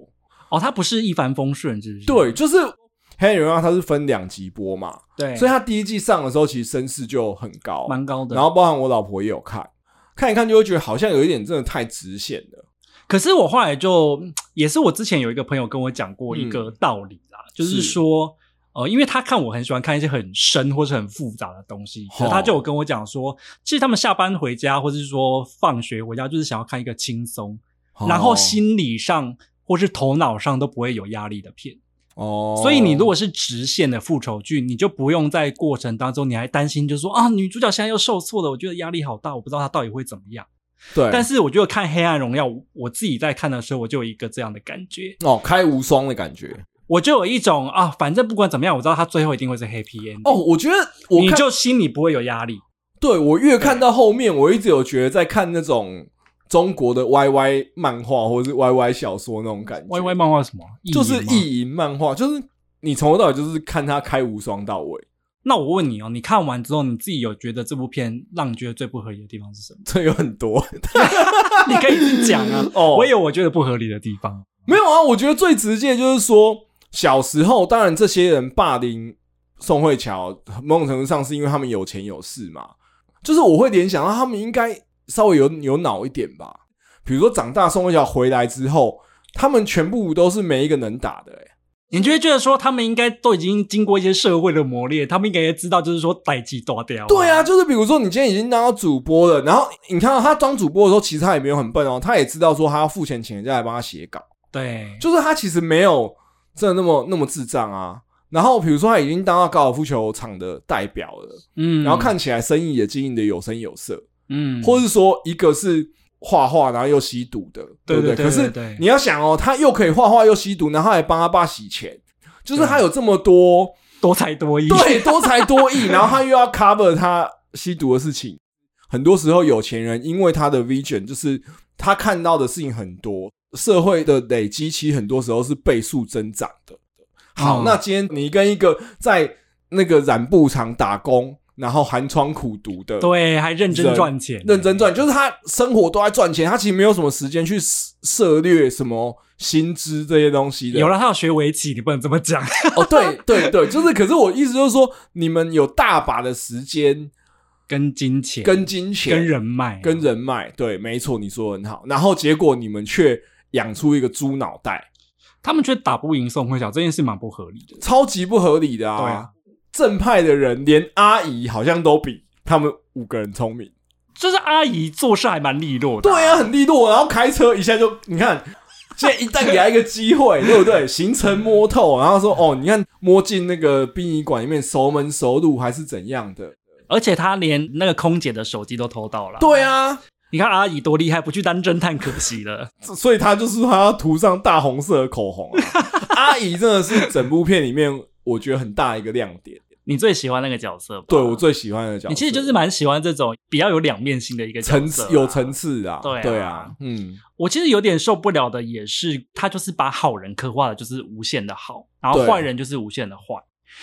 Speaker 1: 哦，他不是一帆风顺，是不是？
Speaker 2: 对，就是《黑人荣耀》它是分两集播嘛，
Speaker 1: 对，
Speaker 2: 所以它第一季上的时候其实声势就很高，
Speaker 1: 蛮高的。
Speaker 2: 然后包含我老婆也有看，看一看就会觉得好像有一点真的太直线了。
Speaker 1: 可是我后来就，也是我之前有一个朋友跟我讲过一
Speaker 2: 嗯
Speaker 1: 个道理啦，就是说，呃，因为他看我很喜欢看一些很深或是很复杂的东西，
Speaker 2: 哦
Speaker 1: 可他就有跟我讲说，其实他们下班回家或是说放学回家，就是想要看一个轻松，
Speaker 2: 哦
Speaker 1: 然后心理上或是头脑上都不会有压力的片。
Speaker 2: 哦，
Speaker 1: 所以你如果是直线的复仇剧，你就不用在过程当中你还担心，就是说啊，女主角现在又受挫了，我觉得压力好大，我不知道她到底会怎么样。
Speaker 2: 对，
Speaker 1: 但
Speaker 2: 是
Speaker 1: 是我觉得看《黑暗荣耀》，我自己在看的时候，我就有一个这样的感觉，
Speaker 2: 哦，开无双的感觉
Speaker 1: 我就有一种啊，反正不管怎么样，我知道他最后一定会是 happy end。
Speaker 2: 哦，，我觉得我
Speaker 1: 你
Speaker 2: 看
Speaker 1: 就心里不会有压力。
Speaker 2: 对我越看到后面，我一直有觉得在看那种中国的 YY 漫画或者是 YY 小说那种感觉。
Speaker 1: Y Y 漫画是什么？
Speaker 2: 就是
Speaker 1: 意淫吗。
Speaker 2: 意淫漫画，就是你从头到尾就是看他开无双到尾，
Speaker 1: 那我问你哦，你看完之后，你自己有觉得这部片让你觉得最不合理的地方是什
Speaker 2: [laughs]
Speaker 1: 么？
Speaker 2: 这有很多。
Speaker 1: 你可以自己讲啊。
Speaker 2: 哦
Speaker 1: 我也有我觉得不合理的地方。
Speaker 2: 没有啊，我觉得最直接就是说，小时候当然这些人霸凌宋慧乔，某种程度上是因为他们有钱有势嘛。就是我会联想到他们应该稍微有有脑一点吧。比如说长大宋慧乔回来之后，他们全部都是没一个能打的、欸，
Speaker 1: 你就会觉得说，他们应该都已经经过一些社会的磨练，他们应该也知道，就是说代际大掉、
Speaker 2: 对啊，，就是比如说你今天已经当到主播了，然后你看到他当主播的时候，其实他也没有很笨哦，他也知道说他要付钱请人家来帮他写稿，
Speaker 1: 对，
Speaker 2: 就是他其实没有真的那么那么智障啊。然后比如说他已经当到高尔夫球场的代表了，
Speaker 1: 嗯，
Speaker 2: 然后，看起来生意也经营的有声有色，
Speaker 1: 嗯，
Speaker 2: 或是说一个是画画然后又吸毒的，
Speaker 1: 对
Speaker 2: 不
Speaker 1: 对对
Speaker 2: 可是
Speaker 1: 对对
Speaker 2: 你要想哦，他又可以画画又吸毒，然后还帮他爸洗钱，
Speaker 1: 啊
Speaker 2: 就是他有这么多。
Speaker 1: 多才多艺，
Speaker 2: 对，多才多艺，然后他又要 cover 他吸毒的事情。很多时候，有钱人因为他的 vision，就是他看到的事情很多，社会的累积其实很多时候是倍数增长的。好，
Speaker 1: 嗯
Speaker 2: 那今天你跟一个在那个染布厂打工，然后寒窗苦读的，
Speaker 1: 对，还认真赚钱，
Speaker 2: 认真赚，就是他生活都在赚钱，他其实没有什么时间去涉猎什么薪资这些东西的。
Speaker 1: 有了，他要学围棋，你不能这么讲。
Speaker 2: 哦，对对对，就是，可是我意思就是说，你们有大把的时间
Speaker 1: [laughs] 跟金钱、
Speaker 2: 跟金钱、
Speaker 1: 跟人脉、
Speaker 2: 跟人脉，对，没错，你说得很好。然后结果你们却养出一个猪脑袋，
Speaker 1: 他们却打不赢宋慧乔，这件事蛮不合理的。
Speaker 2: 超级不合理的啊！
Speaker 1: 对啊
Speaker 2: 正派的人连阿姨好像都比他们五个人聪明。
Speaker 1: 就是阿姨做事还蛮利落的，
Speaker 2: 对啊，很利落，然后开车一下就，你看。现在一旦给他一个机
Speaker 1: [laughs]
Speaker 2: 会，对不对？行程摸透，然后说哦，你看摸进那个殡仪馆里面，熟门熟路还是怎样的？
Speaker 1: 而且他连那个空姐的手机都偷到了。
Speaker 2: 对啊，
Speaker 1: 你看阿姨多厉害，不去当侦探可惜
Speaker 2: [laughs]
Speaker 1: 了。
Speaker 2: 所以他就是他要涂上大红色的口红、啊。阿姨真的是整部片里面我觉得很大一个亮点，
Speaker 1: 你最喜欢那个角色吧？
Speaker 2: 对我最喜欢的角色。
Speaker 1: 嗯你其实就是蛮喜欢这种比较有两面性的一个角色啊
Speaker 2: 层次有层。次的啊，
Speaker 1: 对啊
Speaker 2: 对啊，嗯，
Speaker 1: 我其实有点受不了的也是，他就是把好人刻画的就是无限的好，然后
Speaker 2: 对
Speaker 1: 坏人就是无限的坏。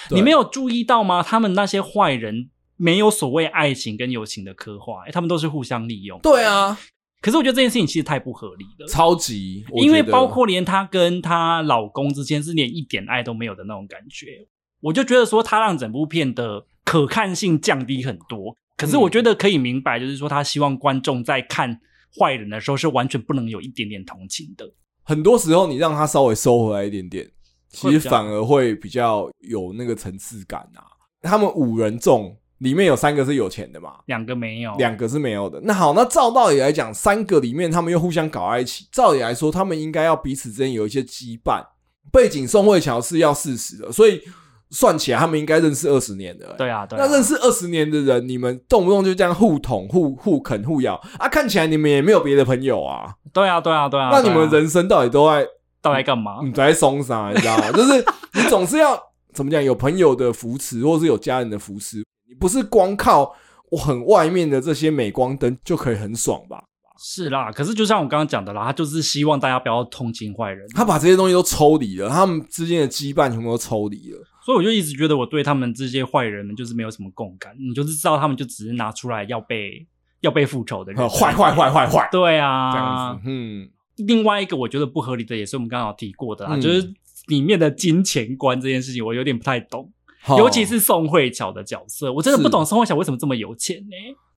Speaker 2: 对
Speaker 1: 你没有注意到吗？他们那些坏人没有所谓爱情跟友情的刻画、欸他们都是互相利用。
Speaker 2: 对，啊，
Speaker 1: 可是我觉得这件事情其实太不合理了。
Speaker 2: 超级，我
Speaker 1: 因为
Speaker 2: 觉得
Speaker 1: 包括连她跟她老公之间是连一点爱都没有的那种感觉，我就觉得说她让整部片的可看性降低很多。可
Speaker 2: 嗯
Speaker 1: 是我觉得可以明白，就是说她希望观众在看坏人的时候是完全不能有一点点同情的。
Speaker 2: 很多时候你让他稍微收回来一点点，其
Speaker 1: 会比
Speaker 2: 实
Speaker 1: 较
Speaker 2: 反而会比较有那个层次感啊。他们五人众里面有三个是有钱的嘛，
Speaker 1: 两个没有，
Speaker 2: 两个是没有的。那好，那照道理来讲，三个里面他们又互相搞在一起，照理来说，他们应该要彼此之间有一些羁绊。背景宋慧乔是要四十的，所以算起来他们应该认识二十年的、欸。
Speaker 1: 对啊，对啊
Speaker 2: 那认识二十年的人，你们动不动就这样互捅、互互啃、互咬啊，看起来你们也没有别的朋友啊。
Speaker 1: 对啊，对啊，对啊。
Speaker 2: 那你
Speaker 1: 对啊
Speaker 2: 们人生到底都在
Speaker 1: 到底在干嘛？
Speaker 2: 你在松啥，你知道吗？就是你总是要怎么讲，有朋友的扶持，或是有家人的扶持，你不是光靠我很外面的这些镁光灯就可以很爽吧？
Speaker 1: 是啦，可是就像我刚刚讲的啦，他就是希望大家不要同情坏人，
Speaker 2: 他把这些东西都抽离了，他们之间的羁绊全部都抽离了。
Speaker 1: 所以我就一直觉得我对他们这些坏人们就是没有什么共感，你就是知道他们就只是拿出来要被要被复仇的人，
Speaker 2: 呃坏坏坏坏坏，
Speaker 1: 对
Speaker 2: 这样
Speaker 1: 啊
Speaker 2: 子，。嗯，
Speaker 1: 另外一个我觉得不合理的也是我们刚刚有提过的啦，啊
Speaker 2: 嗯
Speaker 1: 就是里面的金钱观这件事情，我有点不太懂。
Speaker 2: 哦
Speaker 1: 尤其是宋慧乔的角色，我真的不懂宋慧乔为什么这么有钱呢、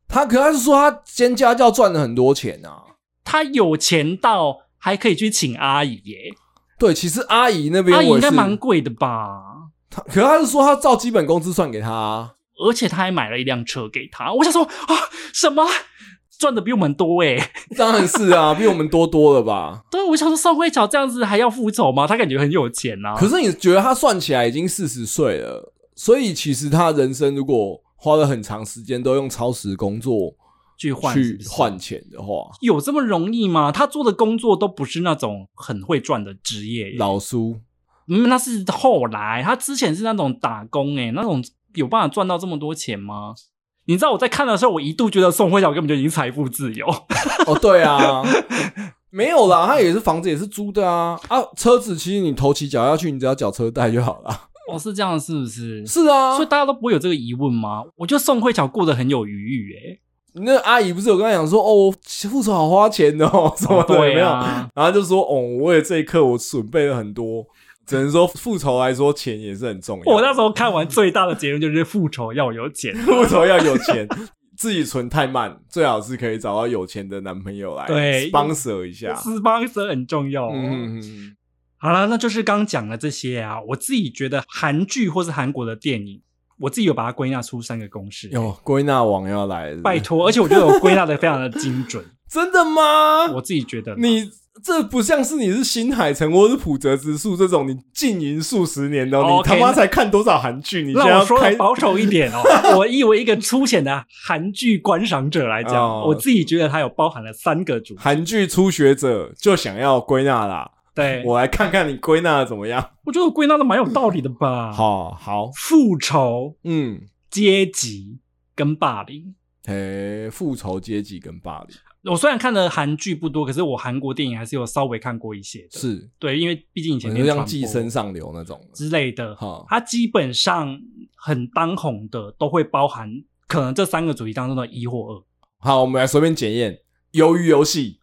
Speaker 2: 他，可他是说他兼家教赚了很多钱啊。
Speaker 1: 她有钱到还可以去请阿姨耶、
Speaker 2: 对，其实阿姨那边
Speaker 1: 阿姨
Speaker 2: 我
Speaker 1: 应
Speaker 2: 也
Speaker 1: 该
Speaker 2: 是，
Speaker 1: 蛮贵的吧？
Speaker 2: 他可他是说他照基本工资算给他、啊。
Speaker 1: 而且她还买了一辆车给她，我想说啊，什么赚的比我们多欸诶、
Speaker 2: 当然是啊，比我们多多了吧？
Speaker 1: 对，啊我想说宋慧乔这样子还要复仇吗？她感觉很有钱啊。
Speaker 2: 可是你觉得他算起来已经四十岁了，所以其实他人生如果花了很长时间都用超时工作
Speaker 1: 去换是
Speaker 2: 去
Speaker 1: 不是
Speaker 2: 换钱的话，
Speaker 1: 有这么容易吗？她做的工作都不是那种很会赚的职业耶、
Speaker 2: 老苏
Speaker 1: 嗯，那是后来，他之前是那种打工、欸，那种有办法赚到这么多钱吗？你知道我在看的时候，我一度觉得宋慧乔根本就已经财富自由， [laughs]
Speaker 2: 哦，对啊， [laughs] 没有啦，他也是房子也是租的啊啊，车子其实你头期缴下去，你只要缴车贷就好
Speaker 1: [laughs]
Speaker 2: 了。
Speaker 1: 哦，是这样是不是？
Speaker 2: 是啊
Speaker 1: 所以，大家都不会有这个疑问吗？我觉得宋慧乔过得很有余裕、
Speaker 2: [laughs]
Speaker 1: 欸，
Speaker 2: 那阿姨不是有跟他讲说，哦，我付出好花钱哦， [laughs] 什么的，有没
Speaker 1: 对
Speaker 2: 有？
Speaker 1: 啊，
Speaker 2: 然后就说，哦，我为了这一刻我准备了很多，只能说复仇来说，钱也是很重要的。
Speaker 1: 我哦那时候看完最大的结论就是复仇要有钱，
Speaker 2: [laughs] 复仇要有钱，自己存太慢，最好是可以找到有钱的男朋友来
Speaker 1: 对
Speaker 2: 帮手一下。
Speaker 1: 私帮手很重要、哦。
Speaker 2: 嗯，嗯嗯
Speaker 1: 好了，那就是刚讲的这些啊，我自己觉得韩剧或是韩国的电影，我自己有把它归纳出三个公式。
Speaker 2: 哟，归纳王要来了，
Speaker 1: 拜
Speaker 2: [laughs]
Speaker 1: 托，而且我觉得我归纳的非常的精准，
Speaker 2: 真的吗？
Speaker 1: 我自己觉得啦
Speaker 2: [laughs] 你这不像是你是新海诚或是浦泽直树这种你浸淫数十年的哦，
Speaker 1: 哦
Speaker 2: 你他妈
Speaker 1: OK，
Speaker 2: 才看多少韩剧？你现在
Speaker 1: 让
Speaker 2: 要
Speaker 1: 我说
Speaker 2: 开
Speaker 1: 的保守一
Speaker 2: [laughs]
Speaker 1: 点哦，我以为一个粗浅的韩剧观赏者来讲，
Speaker 2: 哦
Speaker 1: 我自己觉得它有包含了三个主题，
Speaker 2: 韩剧初学者就想要归纳啦，
Speaker 1: 对我
Speaker 2: 我来看看你归纳的怎么样。
Speaker 1: 觉得我归纳的蛮有道理的吧。，
Speaker 2: 好好，
Speaker 1: 复仇、
Speaker 2: 嗯，
Speaker 1: 阶级跟霸凌。
Speaker 2: 诶，复仇阶级跟霸凌
Speaker 1: 我虽然看的韩剧不多，可是我韩国电影还是有稍微看过一些的。
Speaker 2: 是，
Speaker 1: 对，因为毕竟以前
Speaker 2: 可
Speaker 1: 念
Speaker 2: 能
Speaker 1: 传
Speaker 2: 像
Speaker 1: 播
Speaker 2: 寄生上流那种的。
Speaker 1: 之类的
Speaker 2: 好，
Speaker 1: 它基本上很当红的都会包含可能这三个主题当中的一或二。
Speaker 2: 好，我们来随便检验鱿鱼游戏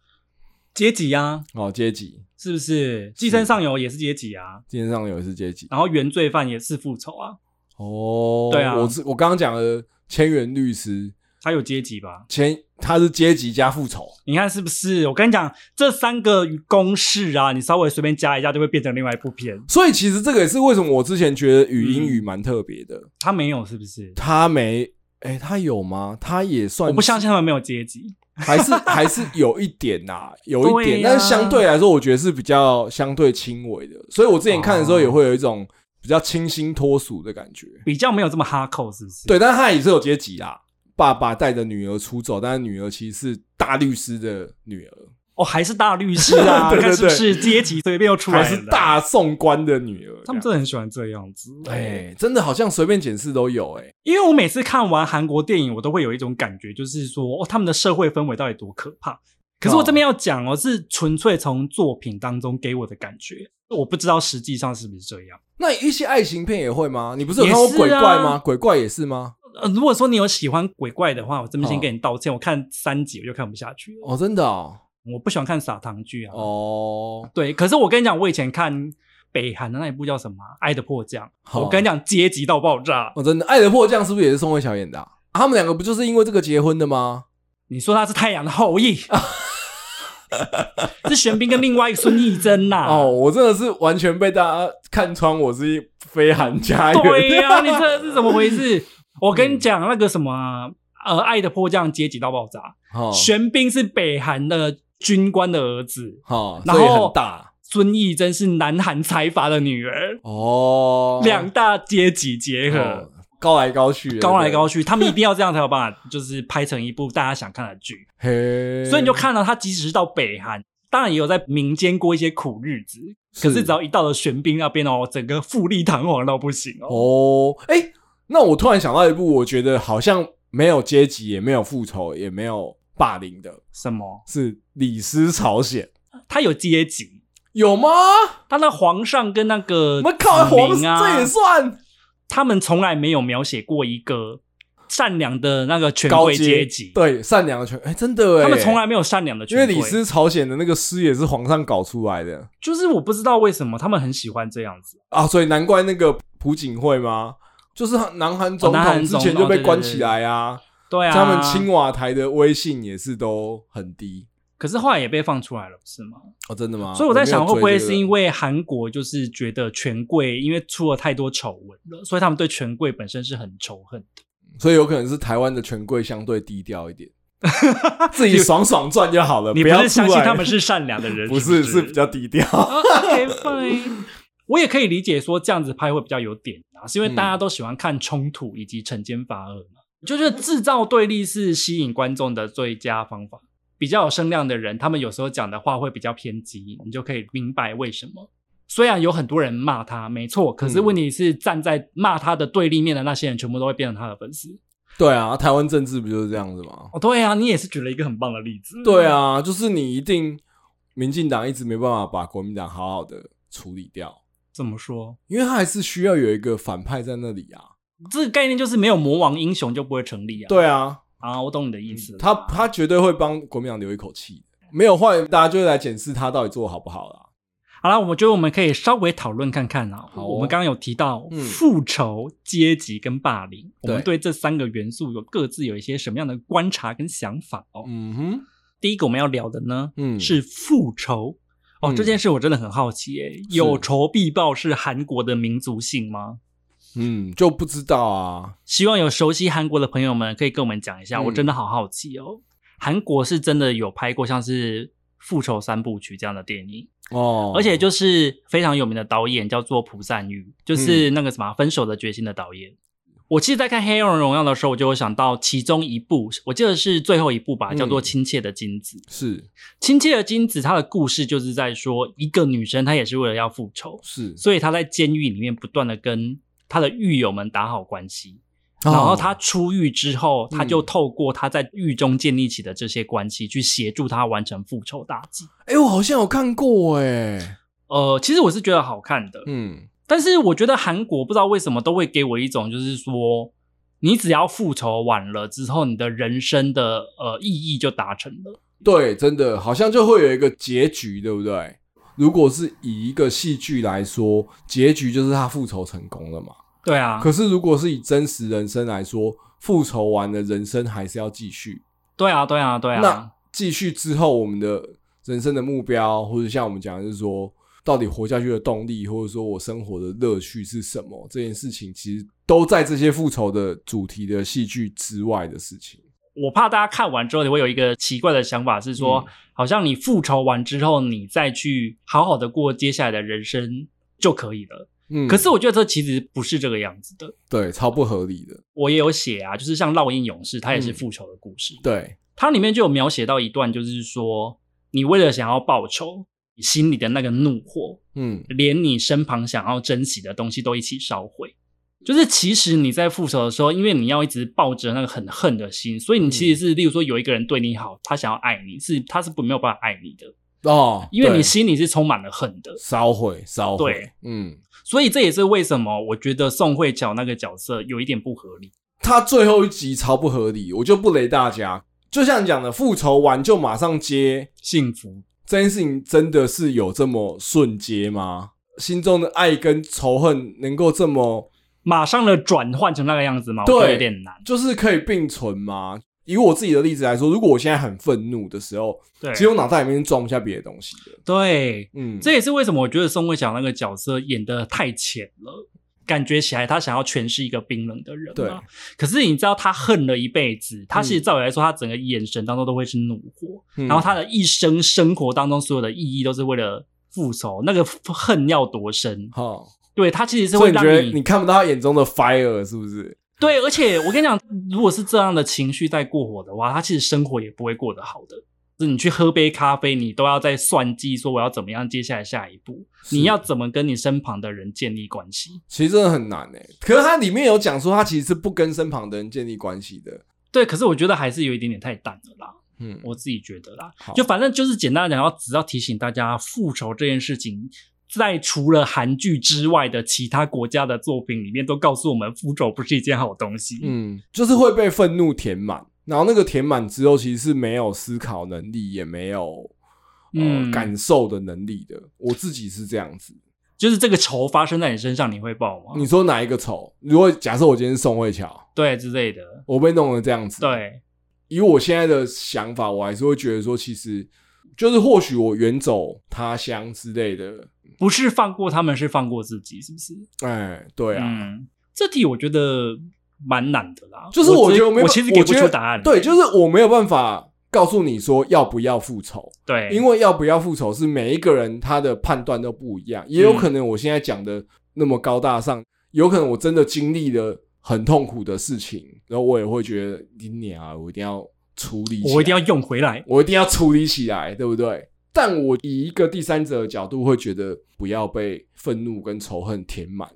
Speaker 1: 阶级啊，
Speaker 2: 哦，阶级，
Speaker 1: 是不是？寄生上游也是阶级啊，
Speaker 2: 今天上游是阶级
Speaker 1: 然后原罪犯也是复仇啊，
Speaker 2: 哦。
Speaker 1: 对啊
Speaker 2: 我是我刚刚讲的千元律师，
Speaker 1: 他有阶级吧？
Speaker 2: 千他是阶级加复仇，
Speaker 1: 你看是不是？我跟你讲，这三个公式啊，你稍微随便加一下，就会变成另外一部片。
Speaker 2: 所以其实这个也是为什么我之前觉得语英
Speaker 1: 嗯
Speaker 2: 语蛮特别的。
Speaker 1: 他没有，是不是？
Speaker 2: 他没，哎、他有吗？他也算，
Speaker 1: 我不相，信他们没有阶级。
Speaker 2: 还是还是有一点呐、有一
Speaker 1: [laughs]
Speaker 2: 点，
Speaker 1: 对啊
Speaker 2: 但是相对来说，我觉得是比较相对轻微的。所以我之前看的时候，也会有一种比较清新脱俗的感觉。
Speaker 1: 比较没有这么哈扣，是不是？，
Speaker 2: 对，但是他也是有阶级啦。爸爸带着女儿出走，但是女儿其实是大律师的女儿，
Speaker 1: 哦，还是大律师啊，
Speaker 2: [laughs] 对对
Speaker 1: 看是不是阶级随便又出来
Speaker 2: 还
Speaker 1: 了
Speaker 2: 是，大宋官的女儿。
Speaker 1: 他们真的很喜欢这样子。
Speaker 2: 这样哎，真的好像随便检视都有哎。
Speaker 1: 因为我每次看完韩国电影，我都会有一种感觉，就是说，哦，他们的社会氛围到底多可怕。可是我这边要讲哦，是纯粹从作品当中给我的感觉，我不知道实际上是不是这样。
Speaker 2: 那一些爱情片也会吗？你不是有
Speaker 1: 也
Speaker 2: 看过
Speaker 1: 是
Speaker 2: 鬼怪吗？
Speaker 1: 啊
Speaker 2: 鬼怪也是吗？
Speaker 1: 呃，如果说你有喜欢鬼怪的话，我这边先
Speaker 2: 哦
Speaker 1: 跟你道歉，我看三集我就看不下去了，
Speaker 2: 哦，真的哦，
Speaker 1: 我不喜欢看撒糖剧啊。
Speaker 2: 哦，
Speaker 1: 对，可是我跟你讲，我以前看北韩的那一部叫什么啊《爱的迫降》，
Speaker 2: 好
Speaker 1: 我跟你讲，阶级到爆炸。
Speaker 2: 哦，真的，《爱的迫降》是不是也是宋慧乔演的啊？啊他们两个不就是因为这个结婚的吗？
Speaker 1: 你说他是太阳的后裔， [laughs] 是玄彬跟另外一个孙艺珍呐、
Speaker 2: 哦，我真的是完全被大家看穿，我是一非韩家园。 [laughs]
Speaker 1: 对呀、你这是怎么回事？我跟你讲，那个什么啊，呃，《爱的迫降》阶级到爆炸，
Speaker 2: 哈
Speaker 1: 玄彬是北韩的军官的儿子，
Speaker 2: 哈，
Speaker 1: 然
Speaker 2: 哦所以
Speaker 1: 后
Speaker 2: 很大
Speaker 1: 孙艺珍是南韩财阀的女儿，
Speaker 2: 哦，
Speaker 1: 两大阶级结合。
Speaker 2: 哦高来高去，
Speaker 1: 高来高
Speaker 2: 去，
Speaker 1: 去，他们一定要这样才有办法，就是拍成一部大家想看的剧。
Speaker 2: 嘿，
Speaker 1: 所以你就看到他，即使是到北韩，当然也有在民间过一些苦日子，可是只要一到了玄彬那边哦，整个富丽堂皇到不行哦。
Speaker 2: 哦，哎、那我突然想到一部，我觉得好像没有阶级，也没有复仇，也没有霸凌的，
Speaker 1: 什么？
Speaker 2: 是《李斯朝鲜》
Speaker 1: 他有阶级，
Speaker 2: 有吗？
Speaker 1: 他那皇上跟那个
Speaker 2: 我们靠，
Speaker 1: 子
Speaker 2: 黄
Speaker 1: 民呃啊，
Speaker 2: 这也算
Speaker 1: 他们从来没有描写过一个善良的那个权
Speaker 2: 高
Speaker 1: 贵阶级，
Speaker 2: 对善良的权，哎、真的哎、
Speaker 1: 他们从来没有善良的
Speaker 2: 因
Speaker 1: 权
Speaker 2: 为
Speaker 1: 贵。
Speaker 2: 李斯朝鲜的那个诗也是皇上搞出来的
Speaker 1: 就是我不知道为什么他们很喜欢这样子，
Speaker 2: 啊，所以难怪那个朴槿惠吗？就是南韩总
Speaker 1: 哦南
Speaker 2: 统
Speaker 1: 韩
Speaker 2: 之
Speaker 1: 总
Speaker 2: 前就被关起来啊，
Speaker 1: 对啊，
Speaker 2: 他们青瓦台的威信也是都很低
Speaker 1: 可是后来也被放出来了，不是吗？
Speaker 2: 哦，真的吗？
Speaker 1: 所以我在想，会不会是因
Speaker 2: 为
Speaker 1: 为韩国就是觉得权贵因为出了太多丑闻了，所以他们对权贵本身是很仇恨的。
Speaker 2: 所以有可能是台湾的权贵相对低调一点，自己爽爽赚就好了，
Speaker 1: 你不
Speaker 2: 不要
Speaker 1: 是相
Speaker 2: 出
Speaker 1: 信
Speaker 2: 来 [laughs]
Speaker 1: 他们是善良的人？
Speaker 2: 不
Speaker 1: 是
Speaker 2: 是是比较低调
Speaker 1: o k fine。我 [laughs] 也可以理解说这样子拍会比较有点啊，是因为大
Speaker 2: 嗯
Speaker 1: 家都喜欢看冲突以及惩奸罚恶嘛，就是制造对立是吸引观众的最佳方法。比较有声量的人，他们有时候讲的话会比较偏激，你就可以明白为什么。虽然有很多人骂他，没错，可是
Speaker 2: 嗯
Speaker 1: 问题是站在骂他的对立面的那些人，全部都会变成他的粉丝。
Speaker 2: 对啊，台湾政治不就是这样子吗？
Speaker 1: 哦，对啊，你也是举了一个很棒的例子。
Speaker 2: 对，啊，就是你一定，民进党一直没办法把国民党好好的处理掉，
Speaker 1: 怎么说？
Speaker 2: 因为他还是需要有一个反派在那里啊。
Speaker 1: 这个概念就是没有魔王英雄就不会成立啊。
Speaker 2: 对啊，
Speaker 1: 啊，我懂你的意思了。
Speaker 2: 他他绝对会帮国民党留一口气，没有坏，大家就会来检视他到底做得好不好啦。
Speaker 1: 好了，我觉得我们可以稍微讨论看看啊。
Speaker 2: 好哦
Speaker 1: 我们刚刚有提到
Speaker 2: 嗯
Speaker 1: 复仇、阶级跟霸凌，我
Speaker 2: 对
Speaker 1: 们对这三个元素有各自有一些什么样的观察跟想法哦。
Speaker 2: 嗯哼，
Speaker 1: 第一个我们要聊的呢
Speaker 2: 嗯，
Speaker 1: 是复仇哦，
Speaker 2: 嗯
Speaker 1: 这件事我真的很好奇诶、
Speaker 2: 是
Speaker 1: 有仇必报是韩国的民族性吗？
Speaker 2: 嗯就不知道啊，
Speaker 1: 希望有熟悉韩国的朋友们可以跟我们讲一下，
Speaker 2: 嗯
Speaker 1: 我真的好好奇哦。韩国是真的有拍过像是《复仇三部曲》这样的电影。
Speaker 2: 哦，
Speaker 1: 而且就是非常有名的导演叫做朴赞玉，
Speaker 2: 嗯
Speaker 1: 就是那个什么《分手的决心》的导演。我其实，在看《黑暗荣耀》的时候，我就有想到其中一部，我记得是最后一部吧，
Speaker 2: 嗯
Speaker 1: 叫做《亲切的金子》。
Speaker 2: 是
Speaker 1: 亲切的金子》它的故事就是在说，一个女生她也是为了要复仇，
Speaker 2: 是，
Speaker 1: 所以她在监狱里面不断的跟她的狱友们打好关系。然后她出狱之后，她就
Speaker 2: 哦嗯
Speaker 1: 透过她在狱中建立起的这些关系，去协助她完成复仇大计。
Speaker 2: 哎、我好像有看过哎、
Speaker 1: 呃，其实我是觉得好看的，
Speaker 2: 嗯，
Speaker 1: 但是我觉得韩国不知道为什么都会给我一种，就是说，你只要复仇完了之后，你的人生的呃意义就达成了。
Speaker 2: 对，真的好像就会有一个结局，对不对？如果是以一个戏剧来说，结局就是他复仇成功了嘛。
Speaker 1: 对啊，
Speaker 2: 可是如果是以真实人生来说，复仇完了，人生还是要继续。
Speaker 1: 对啊，对啊，对
Speaker 2: 那
Speaker 1: 啊，
Speaker 2: 继续之后，我们的人生的目标，或者像我们讲，的就是说，到底活下去的动力，或者说我生活的乐趣是什么？这件事情其实都在这些复仇的主题的戏剧之外的事情。
Speaker 1: 我怕大家看完之后，你会有一个奇怪的想法，是说，
Speaker 2: 嗯
Speaker 1: 好像你复仇完之后，你再去好好的过接下来的人生就可以了。
Speaker 2: 嗯，
Speaker 1: 可是我觉得这其实不是这个样子的。
Speaker 2: 对，超不合理的。
Speaker 1: 我也有写啊，就是像《烙印勇士》，它也是
Speaker 2: 嗯
Speaker 1: 复仇的故事。
Speaker 2: 对，
Speaker 1: 它里面就有描写到一段，就是说，你为了想要报仇，你心里的那个怒火，
Speaker 2: 嗯，
Speaker 1: 连你身旁想要珍惜的东西都一起烧毁。就是其实你在复仇的时候，因为你要一直抱着那个很恨的心，所以你
Speaker 2: 嗯
Speaker 1: 其实是，例如说有一个人对你好，他想要爱你，是他是不没有办法爱你的，
Speaker 2: 哦，
Speaker 1: 因为
Speaker 2: 对
Speaker 1: 你心里是充满了恨的。
Speaker 2: 烧毁，烧毁
Speaker 1: 对。
Speaker 2: 嗯，
Speaker 1: 所以这也是为什么我觉得宋慧乔那个角色有一点不合理。
Speaker 2: 他最后一集超不合理，我就不雷大家。就像你讲的，复仇完就马上接
Speaker 1: 幸福
Speaker 2: 这件事情，真的是有这么瞬接吗？心中的爱跟仇恨能够这么
Speaker 1: 马上的转换成那个样子吗？我
Speaker 2: 对
Speaker 1: 觉得有点难。
Speaker 2: 就是可以并存吗？以我自己的例子来说，如果我现在很愤怒的时候，
Speaker 1: 对，
Speaker 2: 其实我脑袋里面是装不下别的东西的。
Speaker 1: 对，
Speaker 2: 嗯，
Speaker 1: 这也是为什么我觉得宋慧乔那个角色演的太浅了。感觉起来他想要诠释一个冰冷的人
Speaker 2: 对
Speaker 1: 嘛。可是你知道他恨了一辈子，他其实照理来说，他整个眼神当中都会是怒火，
Speaker 2: 嗯
Speaker 1: 然后他的一生生活当中所有的意义都是为了复仇，那个恨要多深？
Speaker 2: 好，
Speaker 1: 对他其实是
Speaker 2: 所
Speaker 1: 会
Speaker 2: 以你
Speaker 1: 让
Speaker 2: 觉得你看不到他眼中的 fire 是不是？
Speaker 1: 对，而且我跟你讲，如果是这样的情绪在过火的话，他其实生活也不会过得好的。就是你去喝杯咖啡，你都要在算计，说我要怎么样接下来下一步，
Speaker 2: 是
Speaker 1: 你要怎么跟你身旁的人建立关系？
Speaker 2: 其实真的很难诶、可是他里面有讲说，他其实是不跟身旁的人建立关系的。
Speaker 1: 对，可是我觉得还是有一点点太淡了啦，
Speaker 2: 嗯，
Speaker 1: 我自己觉得啦
Speaker 2: 好，
Speaker 1: 就反正就是简单地讲，要只要提醒大家，复仇这件事情。在除了韩剧之外的其他国家的作品里面，都告诉我们复仇不是一件好东西。
Speaker 2: 嗯，就是会被愤怒填满，然后那个填满之后，其实是没有思考能力，也没有呃、
Speaker 1: 嗯
Speaker 2: 感受的能力的。我自己是这样子。
Speaker 1: 就是这个仇发生在你身上，你会报吗？
Speaker 2: 你说哪一个丑？如果假设我今天是宋慧乔，
Speaker 1: 对之类的，
Speaker 2: 我被弄成这样子，，
Speaker 1: 对，
Speaker 2: 以我现在的想法，我还是会觉得说，其实就是或许我远走他乡之类的。
Speaker 1: 不是放过他们，是放过自己，是不是？
Speaker 2: 哎，对啊，
Speaker 1: 嗯，这题我觉得蛮难的啦。
Speaker 2: 就是
Speaker 1: 我
Speaker 2: 觉得我没有，
Speaker 1: 我其实给不
Speaker 2: 觉
Speaker 1: 出
Speaker 2: 得
Speaker 1: 答案。
Speaker 2: 对，就是我没有办法告诉你说要不要复仇，
Speaker 1: 对，
Speaker 2: 因为要不要复仇是每一个人他的判断都不一样，也有可能我现在讲的那么高大上，有可能我真的经历了很痛苦的事情，然后我也会觉得你娘，我一定要处理，
Speaker 1: 我一定要。用回来。
Speaker 2: 我一定要处理起来，对不对？但我以一个第三者的角度，会觉得不要被愤怒跟仇恨填满。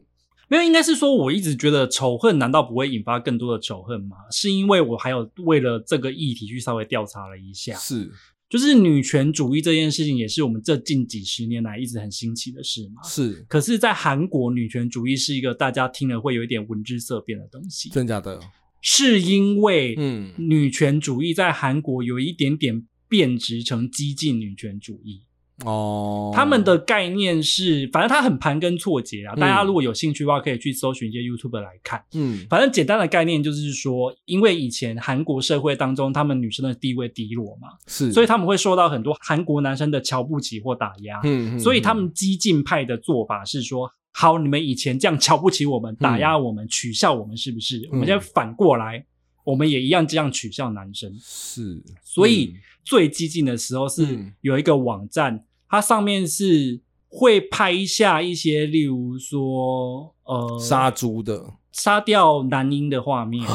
Speaker 1: 没有，应该是说我一直觉得仇恨难道不会引发更多的仇恨吗？是因为我还有为了这个议题去稍微调查了一下，
Speaker 2: 是
Speaker 1: 就是女权主义这件事情也是我们这近几十年来一直很新奇的事嘛。
Speaker 2: 是，
Speaker 1: 可是，在韩国，女权主义是一个大家听了会有一点闻之色变的东西，
Speaker 2: 真假的？
Speaker 1: 是因为
Speaker 2: 嗯，
Speaker 1: 女权主义在韩国有一点点变质成激进女权主义。
Speaker 2: 哦，
Speaker 1: 他们的概念是，反正它很盘根错节啊。
Speaker 2: 嗯
Speaker 1: 大家如果有兴趣的话，可以去搜寻一些 YouTube 来看。
Speaker 2: 嗯
Speaker 1: 反正简单的概念就是说，因为以前韩国社会当中，他们女生的地位低落嘛，
Speaker 2: 是，
Speaker 1: 所以他们会受到很多韩国男生的瞧不起或打压。
Speaker 2: 嗯，嗯
Speaker 1: 所以他们激进派的做法是说：好，你们以前这样瞧不起我们、
Speaker 2: 嗯
Speaker 1: 打压我们、取笑我们，是不是？我们现在反过来，我们也一样这样取笑男生。
Speaker 2: 是，
Speaker 1: 所以最激进的时候是
Speaker 2: 嗯
Speaker 1: 有一个网站，它上面是会拍下一些，例如说呃
Speaker 2: 嗯杀啊猪的，
Speaker 1: 杀掉男婴的画面。